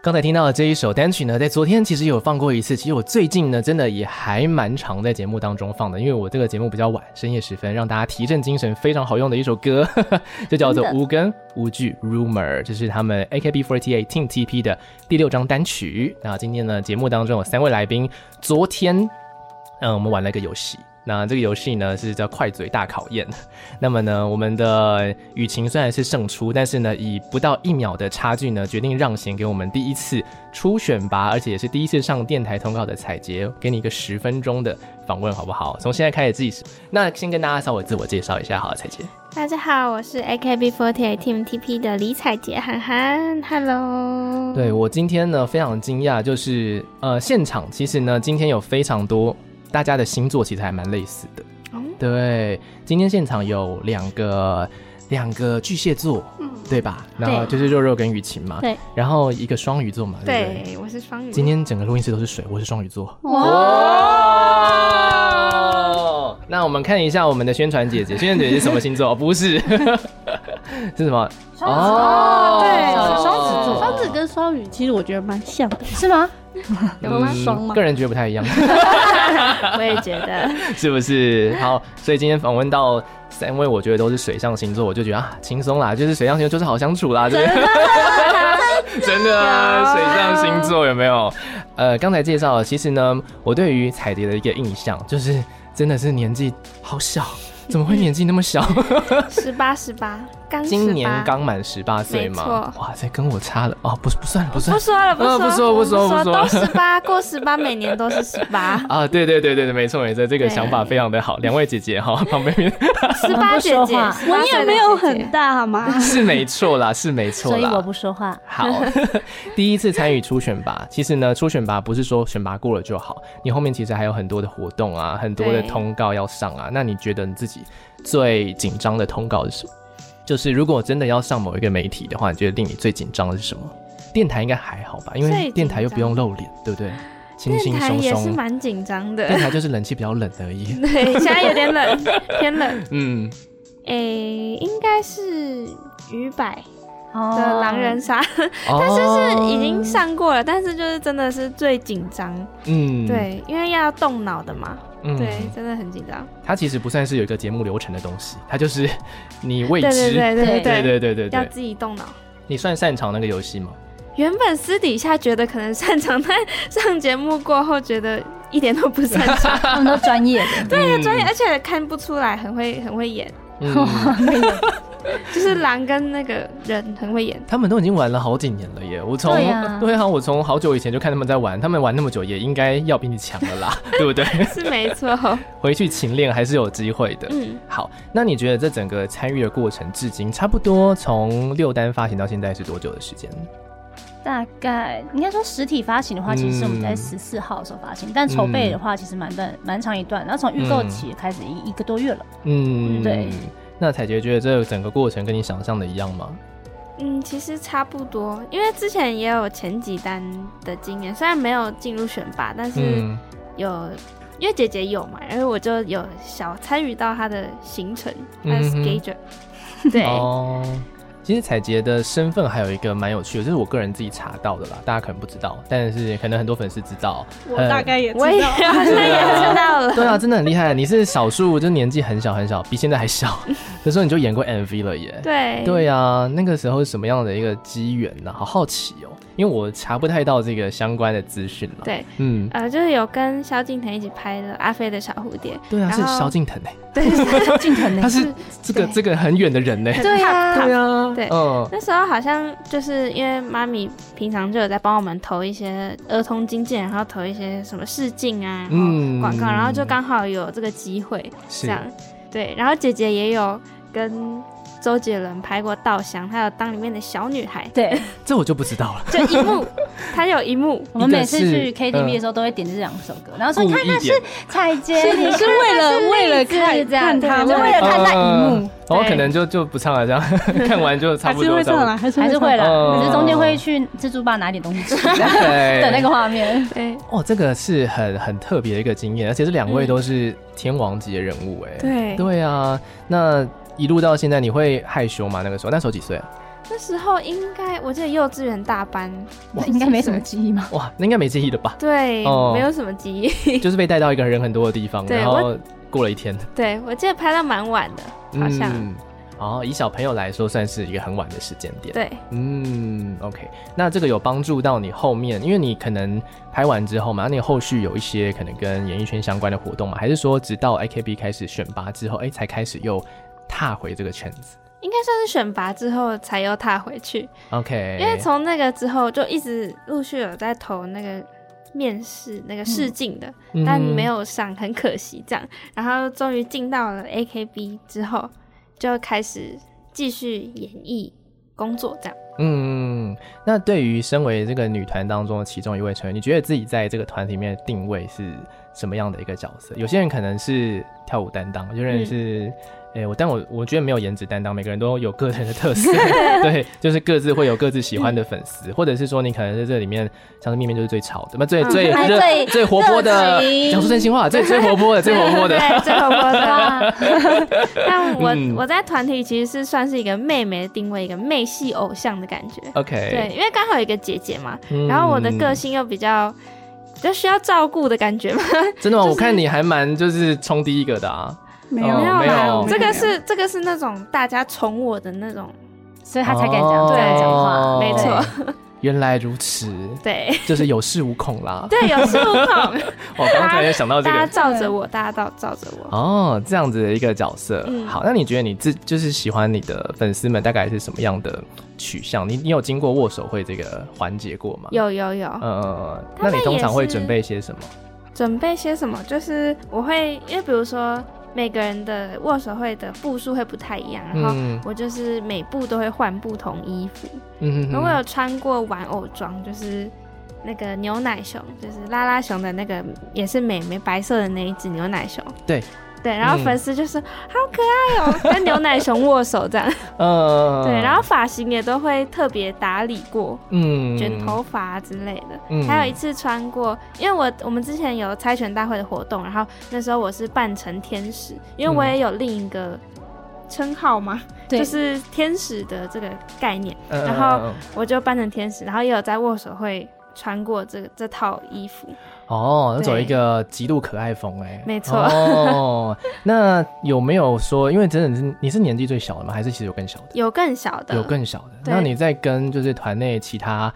Speaker 1: 刚才听到的这一首单曲呢，在昨天其实有放过一次，其实我最近呢，真的也还蛮常在节目当中放的，因为我这个节目比较晚，深夜时分，让大家提振精神非常好用的一首歌， 就叫做
Speaker 3: 真
Speaker 1: 《
Speaker 3: 的
Speaker 1: 无根无据 Rumor》，这是他们 AKB48 Team TP 的第六张单呃曲。那今天呢，节目当中有三位来宾，昨天，嗯，我们玩了一个游戏。那这个游戏呢是叫快嘴大考验。那么呢，我们的雨晴虽然是胜出，但是呢，以不到一秒的差距呢，决定让贤给我们第一次初选拔，而且也是第一次上电台通告的彩杰，给你一个十分钟的访问，好不好？从现在开始计时。那先跟大家稍微自我介绍一下，好了，彩杰。
Speaker 4: 大家好，我是 AKB48 Team TP 的李彩杰涵涵，Hello。
Speaker 1: 对我今天呢非常惊讶，就是呃现场其实呢今天有非常多大家的星座其实还蛮类似的。
Speaker 4: 哦
Speaker 1: 对，今天现场有两个两个巨蟹座，对吧？然后就是肉肉跟雨晴嘛，
Speaker 3: 对，
Speaker 1: 然后一个双鱼座嘛，对不对？
Speaker 4: 对，我是双鱼。
Speaker 1: 今天整个录音室都是水，我是双鱼座。哦，那我们看一下我们的宣传姐姐，宣传姐姐是什么星座？ 哦不是， 是什么？哦，
Speaker 4: 对双子座
Speaker 5: 双子跟双鱼其实我觉得蛮像的，
Speaker 3: 是吗？
Speaker 5: 有吗？双吗
Speaker 1: 嗯个？人觉得不太一样，
Speaker 4: 我也觉得，
Speaker 1: 是不是？好，所以今天访问到三位，我觉得都是水象星座，我就觉得啊，轻松啦，就是水象星座就是好相处啦，真的， 真的啊，水象星座有没有？呃，刚才介绍了，其实呢，我对于彩蝶的一个印象就是，真的是年纪好小，怎么会年纪那么小？
Speaker 4: 十八十八，刚
Speaker 1: 今
Speaker 4: 18
Speaker 1: 年刚满十八岁
Speaker 4: 没
Speaker 1: 嘛
Speaker 4: 错，
Speaker 1: 哇，这跟我差了哦，不是，不算了，不算了。
Speaker 4: 不说了，不
Speaker 1: 呃
Speaker 4: 说，
Speaker 1: 不说不说不说。
Speaker 4: 都十八，过十八，每年都是十八
Speaker 1: 啊，对对对对对，没错没错，这个
Speaker 4: 对
Speaker 1: 想法非常的好，两位姐姐哈，旁边
Speaker 4: 十
Speaker 1: 啊
Speaker 4: 八姐
Speaker 3: 说
Speaker 4: 姐
Speaker 3: 话，
Speaker 4: 18
Speaker 5: 我也没有
Speaker 4: 姐姐
Speaker 5: 很大好吗？
Speaker 1: 是没错啦，是没错
Speaker 3: 所
Speaker 1: 啦。
Speaker 3: 以我不说话。
Speaker 1: 好， 第一次参与初选拔，其实呢，初选拔不是说选拔过了就好，你后面其实还有很多的活动啊，很多的
Speaker 4: 对
Speaker 1: 通告要上啊。那你觉得你自己最紧张的通告是什么？就是如果真的要上某一个媒体的话，你觉得令你最紧张的是什么？电台应该还好吧，因
Speaker 4: 最
Speaker 1: 为
Speaker 4: 紧
Speaker 1: 电台又不用露脸，对不对？轻轻
Speaker 4: 电台
Speaker 1: 松
Speaker 4: 也是
Speaker 1: 松，
Speaker 4: 蛮紧张
Speaker 1: 电
Speaker 4: 的，
Speaker 1: 台就是冷气比较冷而已。
Speaker 4: 对，现在有点冷，偏 冷。
Speaker 1: 嗯，
Speaker 4: 诶，应该是鱼百
Speaker 3: 哦
Speaker 4: 的狼人杀，
Speaker 1: 但
Speaker 4: 但是
Speaker 1: 哦
Speaker 4: 是已经上过了，但是就是真的是最紧张，
Speaker 1: 嗯，
Speaker 4: 对，因为要动脑的嘛，
Speaker 1: 嗯
Speaker 4: 对，真的很紧张。
Speaker 1: 它其实不算是有一个节目流程的东西，它就是你未知，
Speaker 4: 对对对对
Speaker 1: 对对对对
Speaker 4: 要
Speaker 1: 对
Speaker 4: 自己动脑。
Speaker 1: 你算擅长那个游戏吗？
Speaker 4: 原本私底下觉得可能擅长，但上节目过后觉得一点都不擅长，
Speaker 3: 他们都专业的，
Speaker 1: 对
Speaker 4: 专业而且看不出来，很会很会演，
Speaker 1: 嗯，
Speaker 4: 就是狼跟那个人 很会演。
Speaker 1: 他们都已经玩了好几年了耶！我从
Speaker 3: 对啊
Speaker 1: 对啊，我从好久以前就看他们在玩，他们玩那么久也应该要比你强了啦，对不对？
Speaker 4: 是没错，
Speaker 1: 回去勤练还是有机会的。
Speaker 4: 嗯，
Speaker 1: 好，那你觉得这整个参与的过程，至今差不多从六单发行到现在是多久的时间？
Speaker 3: 大概应该说实体发行的话，
Speaker 1: 嗯
Speaker 3: 其实是我们在十四号的时候发行，但筹备的话其实蛮段蛮长一段，然后从预购起开始一一个多月了。
Speaker 1: 嗯，
Speaker 3: 对。
Speaker 1: 那彩杰觉得这整个过程跟你想象的一样吗？
Speaker 4: 嗯，其实差不多，因为之前也有前几单的经验，虽然没有进入选拔，但是
Speaker 1: 嗯，
Speaker 4: 有，因为姐姐有嘛，然后我就有小参与到她的行程，她的
Speaker 1: 嗯哼
Speaker 4: schedule，、对，
Speaker 1: 哦，其实彩杰的身份还有一个蛮有趣的，这是我个人自己查到的啦，大家可能不知道，但是可能很多粉丝知 道。
Speaker 5: 我
Speaker 1: 呃
Speaker 5: 大概也知
Speaker 4: 我也
Speaker 5: 道。
Speaker 4: 好像也知道了，
Speaker 1: 对啊，真的很厉害，你是少数，就年纪很小很小，比现在还 小的时候你就演过 MV 了耶。
Speaker 4: 对，
Speaker 1: 对啊，那个时候是什么样的一个机缘呢？好好奇哦，因为我查不太到这个相关的资讯了。，
Speaker 4: 对，
Speaker 1: 嗯，
Speaker 4: 呃，就是有跟萧敬腾一起拍的《阿飞的小蝴蝶》，
Speaker 1: 对啊，
Speaker 4: 然
Speaker 1: 是
Speaker 4: 后
Speaker 1: 萧敬腾哎，
Speaker 4: 对，
Speaker 3: 近藤
Speaker 1: 他是这个
Speaker 4: 对
Speaker 1: 这个很远的人呢。欸
Speaker 4: 对啊
Speaker 1: 对啊，
Speaker 4: 对
Speaker 1: 嗯，
Speaker 4: 那时候好像就是因为妈咪平常就有在帮我们投一些儿童经济，然后投一些什么试镜啊，
Speaker 1: 嗯
Speaker 4: 嗯，广告，然后就刚好有这个机会
Speaker 1: 是
Speaker 4: 这样，对，然后姐姐也有跟周杰伦拍过《稻香》，她有当里面的小女孩，
Speaker 3: 对，
Speaker 1: 这我就不知道了。
Speaker 4: 就一 幕，她有一幕，
Speaker 3: 我们每次
Speaker 1: 一
Speaker 3: 去
Speaker 1: 个是嗯
Speaker 3: KTV 的时候都会点这两首歌，然后
Speaker 1: 故
Speaker 3: 说看
Speaker 1: 意
Speaker 3: 看
Speaker 1: 点
Speaker 3: 是彩姐，
Speaker 5: 你
Speaker 3: 哎你
Speaker 5: 是
Speaker 3: 看
Speaker 5: 为了为了
Speaker 3: 这样
Speaker 5: 看
Speaker 3: 这样
Speaker 5: 看他
Speaker 3: 对就
Speaker 5: 们
Speaker 3: 为了看那
Speaker 1: 嗯
Speaker 3: 荧幕，
Speaker 1: 然后可
Speaker 4: 对
Speaker 1: 能就就不唱了，这样 看完就差
Speaker 5: 还
Speaker 1: 不
Speaker 5: 是
Speaker 1: 多
Speaker 5: 会啊
Speaker 1: 这样。
Speaker 5: 上来，还是
Speaker 3: 还是
Speaker 5: 上
Speaker 3: 会
Speaker 5: 来
Speaker 3: 啦，
Speaker 1: 嗯
Speaker 3: 只是中间会去自助吧拿点东西 吃
Speaker 1: 哎对
Speaker 3: 的那个画面。
Speaker 4: 对
Speaker 1: 哦，这个是很很特别的一个经验，而且这两位都是天王级的人物哎、
Speaker 4: 对，
Speaker 1: 对啊，那一路到现在，你会害羞吗？那个时候，那时候几岁啊？
Speaker 4: 那时候应该我记得幼稚园大班，？
Speaker 3: 应该没什么记忆 嘛，
Speaker 1: 哇，那应该没记忆了吧
Speaker 4: 对，
Speaker 1: 哦
Speaker 4: 没有什么记忆。
Speaker 1: 就是被带到一个人很多的地方，
Speaker 4: 对
Speaker 1: 然
Speaker 4: 我
Speaker 1: 后过了一天，
Speaker 4: 对，我记得拍到蛮晚的，好像、
Speaker 1: 嗯哦，以小朋友来说，算是一个很晚的时间点。
Speaker 4: 对，
Speaker 1: 嗯，OK，那这个有帮助到你后面，因为你可能拍完之后嘛，那你后续有一些可能跟演艺圈相关的活动嘛，还是说直到 AKB 开始选拔之后，哎、才开始又踏回这个圈子
Speaker 4: 应该算是选拔之后才又踏回去，
Speaker 1: ？OK，
Speaker 4: 因为从那个之后就一直陆续有在投那个面试那个试镜的，
Speaker 1: 嗯
Speaker 4: 但没有上，很可惜这样。然后终于进到了 AKB 之后，就开始继续演艺工作 这样。
Speaker 1: 嗯，那对于身为这个女团当中的其中一位成员，你觉得自己在这个团体里面的定位是什么样的一个角色？有些人可能是跳舞担当，有些
Speaker 4: 嗯
Speaker 1: 人是，诶、我但我我觉得没有颜值担当，每个人都有个人的特 色，对，就是各自会有各自喜欢的粉丝，或者是说你可能在这里面，像是面面就是最吵的，那
Speaker 4: 嗯
Speaker 1: 最最
Speaker 3: 还
Speaker 1: 热
Speaker 3: 最
Speaker 1: 最活泼的
Speaker 3: 热，情
Speaker 1: 讲出真心话， 最最活泼的，最活泼的，
Speaker 4: 对，最活泼的。但我、
Speaker 1: 嗯
Speaker 4: 我在团体其实是算是一个妹妹的定位，一个妹系偶像的感觉。
Speaker 1: ，OK，
Speaker 4: 对，因为刚好有一个姐姐嘛，
Speaker 1: 嗯
Speaker 4: 然后我的个性又比较比较需要照顾的感觉嘛，
Speaker 1: 真的吗？我看你还蛮就是冲第一个的啊，
Speaker 5: 没
Speaker 1: 哦
Speaker 5: 有
Speaker 1: 没有
Speaker 5: 没有，
Speaker 4: 这个是这个是那种大家宠我的那种，
Speaker 3: 所以他才敢讲这样讲
Speaker 1: 哦
Speaker 3: 话，
Speaker 4: 没错，
Speaker 1: 原来如此，
Speaker 4: 对
Speaker 1: 就是有恃无恐啦。
Speaker 4: 对，有恃无
Speaker 1: 哦
Speaker 4: 恐，
Speaker 1: 我刚刚突然想到这
Speaker 4: 大家
Speaker 1: 个。
Speaker 4: 罩着我，大家罩罩着我。
Speaker 1: 哦，这样子的一个角色，
Speaker 4: 嗯
Speaker 1: 好，那你觉得你自就是喜欢你的粉丝们大概是什么样的取向？你你有经过握手会这个环节过吗？，
Speaker 4: 有有有，
Speaker 1: 呃，
Speaker 4: 他
Speaker 1: 那
Speaker 4: 们
Speaker 1: 你通常
Speaker 4: 也
Speaker 1: 会
Speaker 4: 是
Speaker 1: 准备些什么？
Speaker 4: 准备些什么？就是我会，因为比如说每个人的握手会的步数会不太一样，然后
Speaker 1: 嗯
Speaker 4: 我就是每步都会换不同衣服。
Speaker 1: 嗯
Speaker 4: 如果有穿过玩偶装，就是那个牛奶熊，就是拉拉熊的那个，也是美眉白色的那一只牛奶熊。
Speaker 1: 对
Speaker 4: 对，然后
Speaker 1: 嗯
Speaker 4: 粉丝就说、好可爱哦、跟牛奶熊握 手这样。
Speaker 1: 呃，
Speaker 4: 对，然后发型也都会特别打理过，
Speaker 1: 嗯
Speaker 4: 卷头发之类的。
Speaker 1: 嗯
Speaker 4: 还有一次穿过，因为我我们之前有猜拳大会的活动，然后那时候我是扮成天使，
Speaker 1: 嗯
Speaker 4: 因为我也有另一个称号嘛，
Speaker 3: 对
Speaker 4: 就是天使的这个概念，
Speaker 1: 嗯
Speaker 4: 然后
Speaker 1: 嗯嗯嗯
Speaker 4: 我就扮成天使，然后也有在握手会穿过这个这套衣服。
Speaker 1: 哦，那
Speaker 4: 对
Speaker 1: 走一个极度可爱风哎、
Speaker 4: 没错
Speaker 1: 哦，那有没有说，因为真的是你是年纪最小的吗？还是其实有更小的？
Speaker 4: 有更小
Speaker 5: 呃
Speaker 4: 的，
Speaker 1: 有更小的。
Speaker 4: 对
Speaker 1: 那你在跟就是团内其他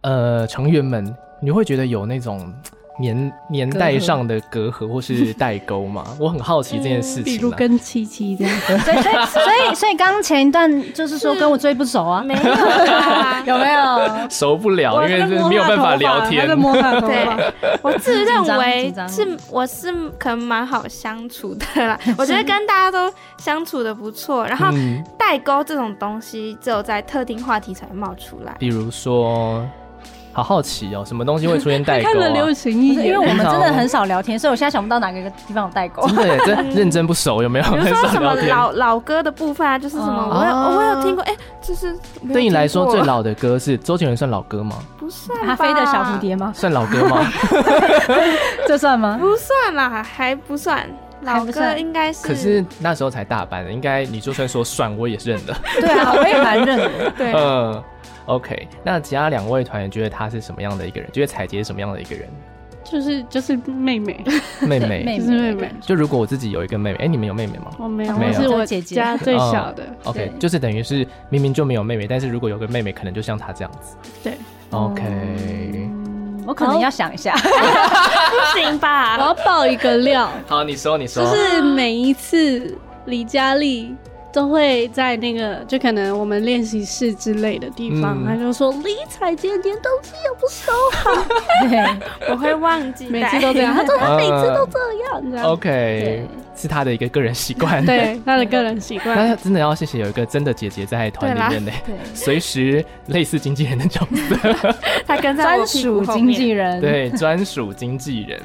Speaker 1: 呃成员们，你会觉得有那种年年代上的隔阂或是代沟吗？我很好奇这件事
Speaker 5: 嗯比
Speaker 1: 情、
Speaker 5: 如
Speaker 1: 啊。
Speaker 5: 跟七七这样，
Speaker 3: 所以所以所以所以刚刚前一段就是说跟我追不熟啊，。
Speaker 4: 没有啊啦
Speaker 3: 有没有？
Speaker 1: 熟不了，
Speaker 5: 我
Speaker 1: 哦因为
Speaker 5: 在
Speaker 1: 是
Speaker 5: 摸
Speaker 1: 没有
Speaker 5: 他
Speaker 1: 办法
Speaker 5: 头发
Speaker 1: 聊天啊
Speaker 5: 他在。摸他的头
Speaker 4: 对
Speaker 5: 发。，
Speaker 4: 我自认为
Speaker 3: 紧张紧
Speaker 4: 是我是可能蛮好相处的啦，我觉得跟大家都相处的不错。然后
Speaker 1: 嗯，
Speaker 4: 代沟这种东西，只有在特定话题才会冒出来。
Speaker 1: 比如说，好好奇哦，什么东西会出 现代沟、
Speaker 5: 看了
Speaker 1: 啊
Speaker 5: 流？行一
Speaker 3: 不是因为
Speaker 5: 眼，
Speaker 3: 我们真的很少聊天，所以我现在想不到哪个地方有 代沟。
Speaker 1: 真的耶，真认真不熟，有没有？
Speaker 4: 比如
Speaker 1: 很
Speaker 4: 说
Speaker 1: 少
Speaker 4: 什么
Speaker 1: 聊天。
Speaker 4: 老老歌的部分啊，就是什么
Speaker 3: 哦
Speaker 4: 我有我有听过，哎，就是没有
Speaker 1: 对你来说
Speaker 4: 听
Speaker 1: 最
Speaker 4: 过
Speaker 1: 老的歌是周杰伦，算老歌吗？
Speaker 4: 不算吧
Speaker 5: 阿飞的小蝴，蝶 吗？
Speaker 1: 算老歌 吗？
Speaker 5: 这算吗？
Speaker 4: 不算啦，还不算老
Speaker 3: 还不
Speaker 4: 歌，
Speaker 3: 算
Speaker 4: 应该是
Speaker 1: 可是那时候才大班，应该你就算说算，我也是 认的。
Speaker 3: 对啊，我也蛮认的。
Speaker 5: 啊
Speaker 4: 对
Speaker 1: 嗯，OK，那其他两位团员觉得他是什么样的一个人？觉得彩杰是什么样的一个 人？
Speaker 5: 就是就是妹妹，
Speaker 1: 妹妹。
Speaker 5: 就
Speaker 3: 妹
Speaker 5: 是妹妹。
Speaker 1: 就如果我自己有一个妹妹，哎、你们有妹妹吗
Speaker 5: 我没有，
Speaker 1: 没
Speaker 5: 我
Speaker 1: 有哦
Speaker 5: 是我
Speaker 3: 姐姐
Speaker 5: 家最小的。
Speaker 1: ？OK，
Speaker 3: 对
Speaker 1: 就是等于是明明就没有妹妹，但是如果有个妹妹，可能就像她这样子。
Speaker 5: 对哦
Speaker 1: ，OK，、
Speaker 3: 我可能要想一下，
Speaker 4: 不行吧？
Speaker 5: 我要爆一个料，
Speaker 1: 好，你说，你说，
Speaker 5: 就是每一次李佳丽都会在那个，就可能我们练习室之类的地方，
Speaker 1: 嗯
Speaker 5: 她就说李彩姐连东西也不收，
Speaker 4: 我会忘 记带，
Speaker 5: 每次都这样，她说她每次都这样，这
Speaker 1: 哦嗯
Speaker 5: 样。
Speaker 1: OK，是她的一个个人习惯。，
Speaker 5: 对她的个人习惯，
Speaker 1: 那真的要谢谢有一个真的姐姐在团里面呢，
Speaker 3: 对啦
Speaker 1: 随时类似经纪人的角色。
Speaker 4: 他跟在
Speaker 3: 专
Speaker 4: 我屁股
Speaker 3: 属
Speaker 4: 后
Speaker 3: 经纪
Speaker 4: 面。
Speaker 3: 人。
Speaker 1: 对，专属经纪人。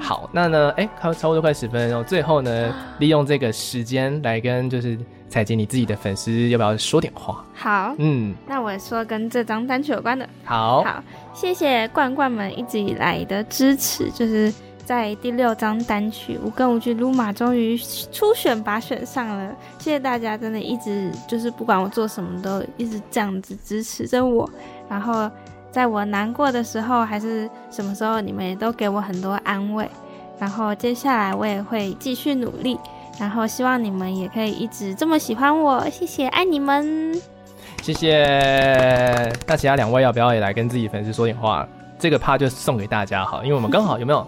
Speaker 1: 好，那呢，哎、差差不多快十分钟，最后呢，利用这个时间来跟就是采集你自己的粉丝，要不要说点话？
Speaker 4: 好，
Speaker 1: 嗯，
Speaker 4: 那我说跟这张单曲有关的。
Speaker 1: 好，
Speaker 4: 好，谢谢罐罐们一直以来的支持，就是在第六张单曲《无根无据》鲁马终于初选拔选上了，谢谢大家，真的一直就是不管我做什么都一直这样子支持着我，然后在我难过的时候还是什么时候，你们也都给我很多安慰，然后接下来我也会继续努力。然后希望你们也可以一直这么喜欢我，谢谢，爱你们。
Speaker 1: 谢谢。那其他两位要不要也来跟自己粉丝说点话？这个趴就送给大家好，因为我们刚好有没有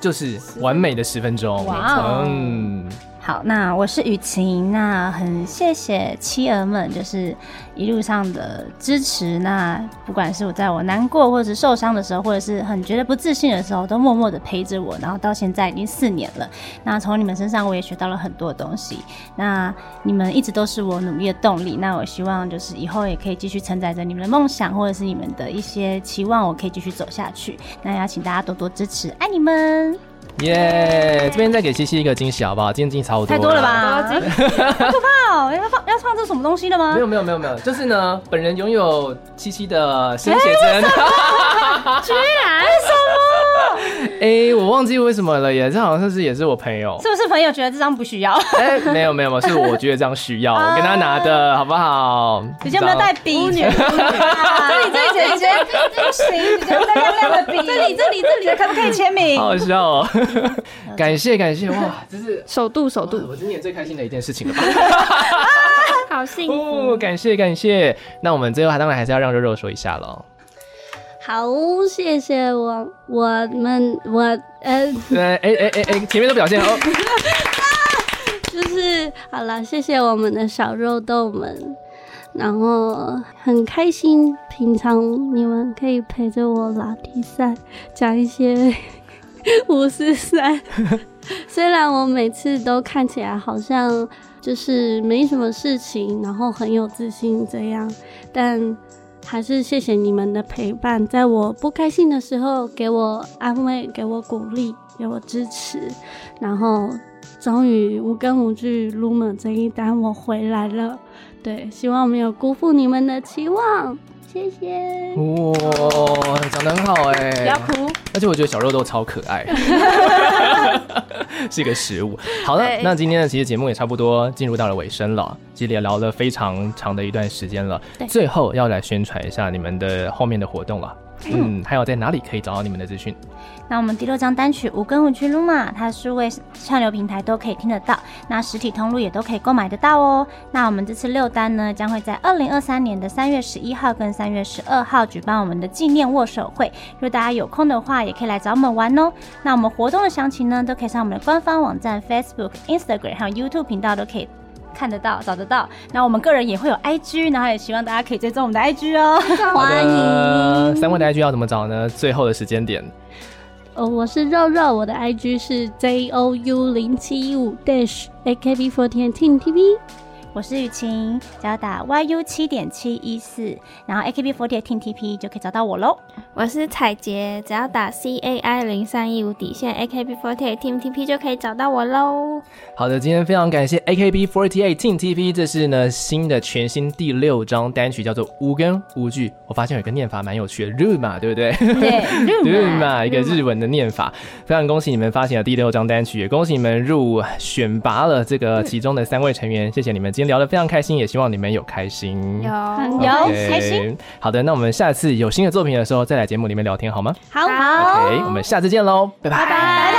Speaker 1: 就是完美的十分钟？
Speaker 6: 哇哦
Speaker 1: 嗯，
Speaker 3: 好，那我是雨晴，那很谢谢妻儿们，就是呃一路上的支持。那不管是我在我难过或者是受伤的时候，或者是很觉得不自信的时候，都默默的陪着我。然后到现在已经四年了，那从你们身上我也学到了很多东西。那你们一直都是我努力的动力。那我希望就是以后也可以继续承载着你们的梦想，或者是你们的一些期望，我可以继续走下去。那要请大家多多支持，爱你们。
Speaker 1: 耶！这边再给西西一个惊喜好不好？今天惊喜超多，
Speaker 6: 太多了？
Speaker 3: 啊
Speaker 6: 吧？好可怕哦！要放要唱这什么东西了吗
Speaker 1: 没？有没有没有没有，就是呢，本人拥有七七的新写 真，
Speaker 6: 居然什
Speaker 1: 哎、我忘记为什么了耶，这好像是也是我朋友
Speaker 6: 么？，是不是朋友觉得这张不需要？
Speaker 1: 哎、没有没有没有，是我觉得这样需要，
Speaker 6: 啊
Speaker 1: 我跟他拿的好不好？
Speaker 6: 比较没有带笔，这里 这里这里不行，比较带亮亮的笔，这里这里这里可不可以签名
Speaker 1: 好？好笑 哦！感谢感谢，哇，这是
Speaker 4: 首度，首
Speaker 1: 哇
Speaker 4: 度，
Speaker 1: 我今年最开心的一件事情 了吧？
Speaker 6: 哎
Speaker 4: 好幸
Speaker 1: 哦，
Speaker 4: 福。
Speaker 1: 感谢感谢。那我们最后还当然还是要让肉肉说一下喽。
Speaker 5: 好，谢谢我我们我呃，
Speaker 1: 对，哎哎哎哎，前面都表现哦，
Speaker 5: 就是好了，谢谢我们的小肉豆们，然后很开心，平常你们可以陪着我拉低赛，讲一些 五四三， 虽然我每次都看起来好像就是没什么事情，然后很有自信这样，但。还是谢谢你们的陪伴，在我不开心的时候给我安慰，给我鼓励，给我支持，然后终于无根无据 Lumen 这一单我回来了，对，希望没有辜负你们的期望，谢谢。
Speaker 1: 哇，哦长得很好哎、
Speaker 6: 不要哭，
Speaker 1: 而且我觉得小肉豆超可爱，是一个食物。好了，那今天的其实节目也差不多进入到了尾声了，其实也聊了非常长的一段时间了。最后要来宣传一下你们的后面的活动了。嗯，还有在哪里可以找到你们的资讯？
Speaker 3: 那我们第六张单曲《无根无据 Luma》，它数位串流平台都可以听得到，那实体通路也都可以购买得到哦。那我们这次六单呢，将会在二零二三年的三月十一号跟三月十二号举办我们的纪念握手会，如果大家有空的话，也可以来找我们玩哦。那我们活动的详情呢，都可以上我们的官方网站、Facebook、Instagram 还有 YouTube 频道都可以。看得到，找得到。那我们个人也会有 IG，然后也希望大家可以追踪我们的 IG 哦。
Speaker 1: 欢迎三位的 IG 要怎么找呢？最后的时间点，
Speaker 5: 哦，我是肉肉，我的 IG 是 J O U 零七五 dash A K B forty eight T V。
Speaker 3: 我是雨晴，只要打 YU 七点七一四，然后 AKB48 Team TP 就可以找到我喽。
Speaker 4: 我是彩杰，只要打 C A I 零三一五底线 A K B forty Team T P 就可以找到我喽。
Speaker 1: 好的，今天非常感谢 AKB48 Team TP，这是呢新的全新第六张单曲，叫做《无根无据》。我发现有一个念法蛮有趣的，Ruma，对不对？
Speaker 6: 对，
Speaker 1: Ruma 一个日文的念法。非常恭喜你们发行了第六张单曲，也恭喜你们入选拔了这个其中的三位成员。谢谢你们，今天聊得非常开心，也希望你们有开心。
Speaker 4: 有，
Speaker 1: OK
Speaker 6: 有开心。
Speaker 1: 好的，那我们下次有新的作品的时候再来节目里面聊天好吗
Speaker 6: 好，
Speaker 1: ？OK，我们下次见喽，拜拜。
Speaker 4: 拜。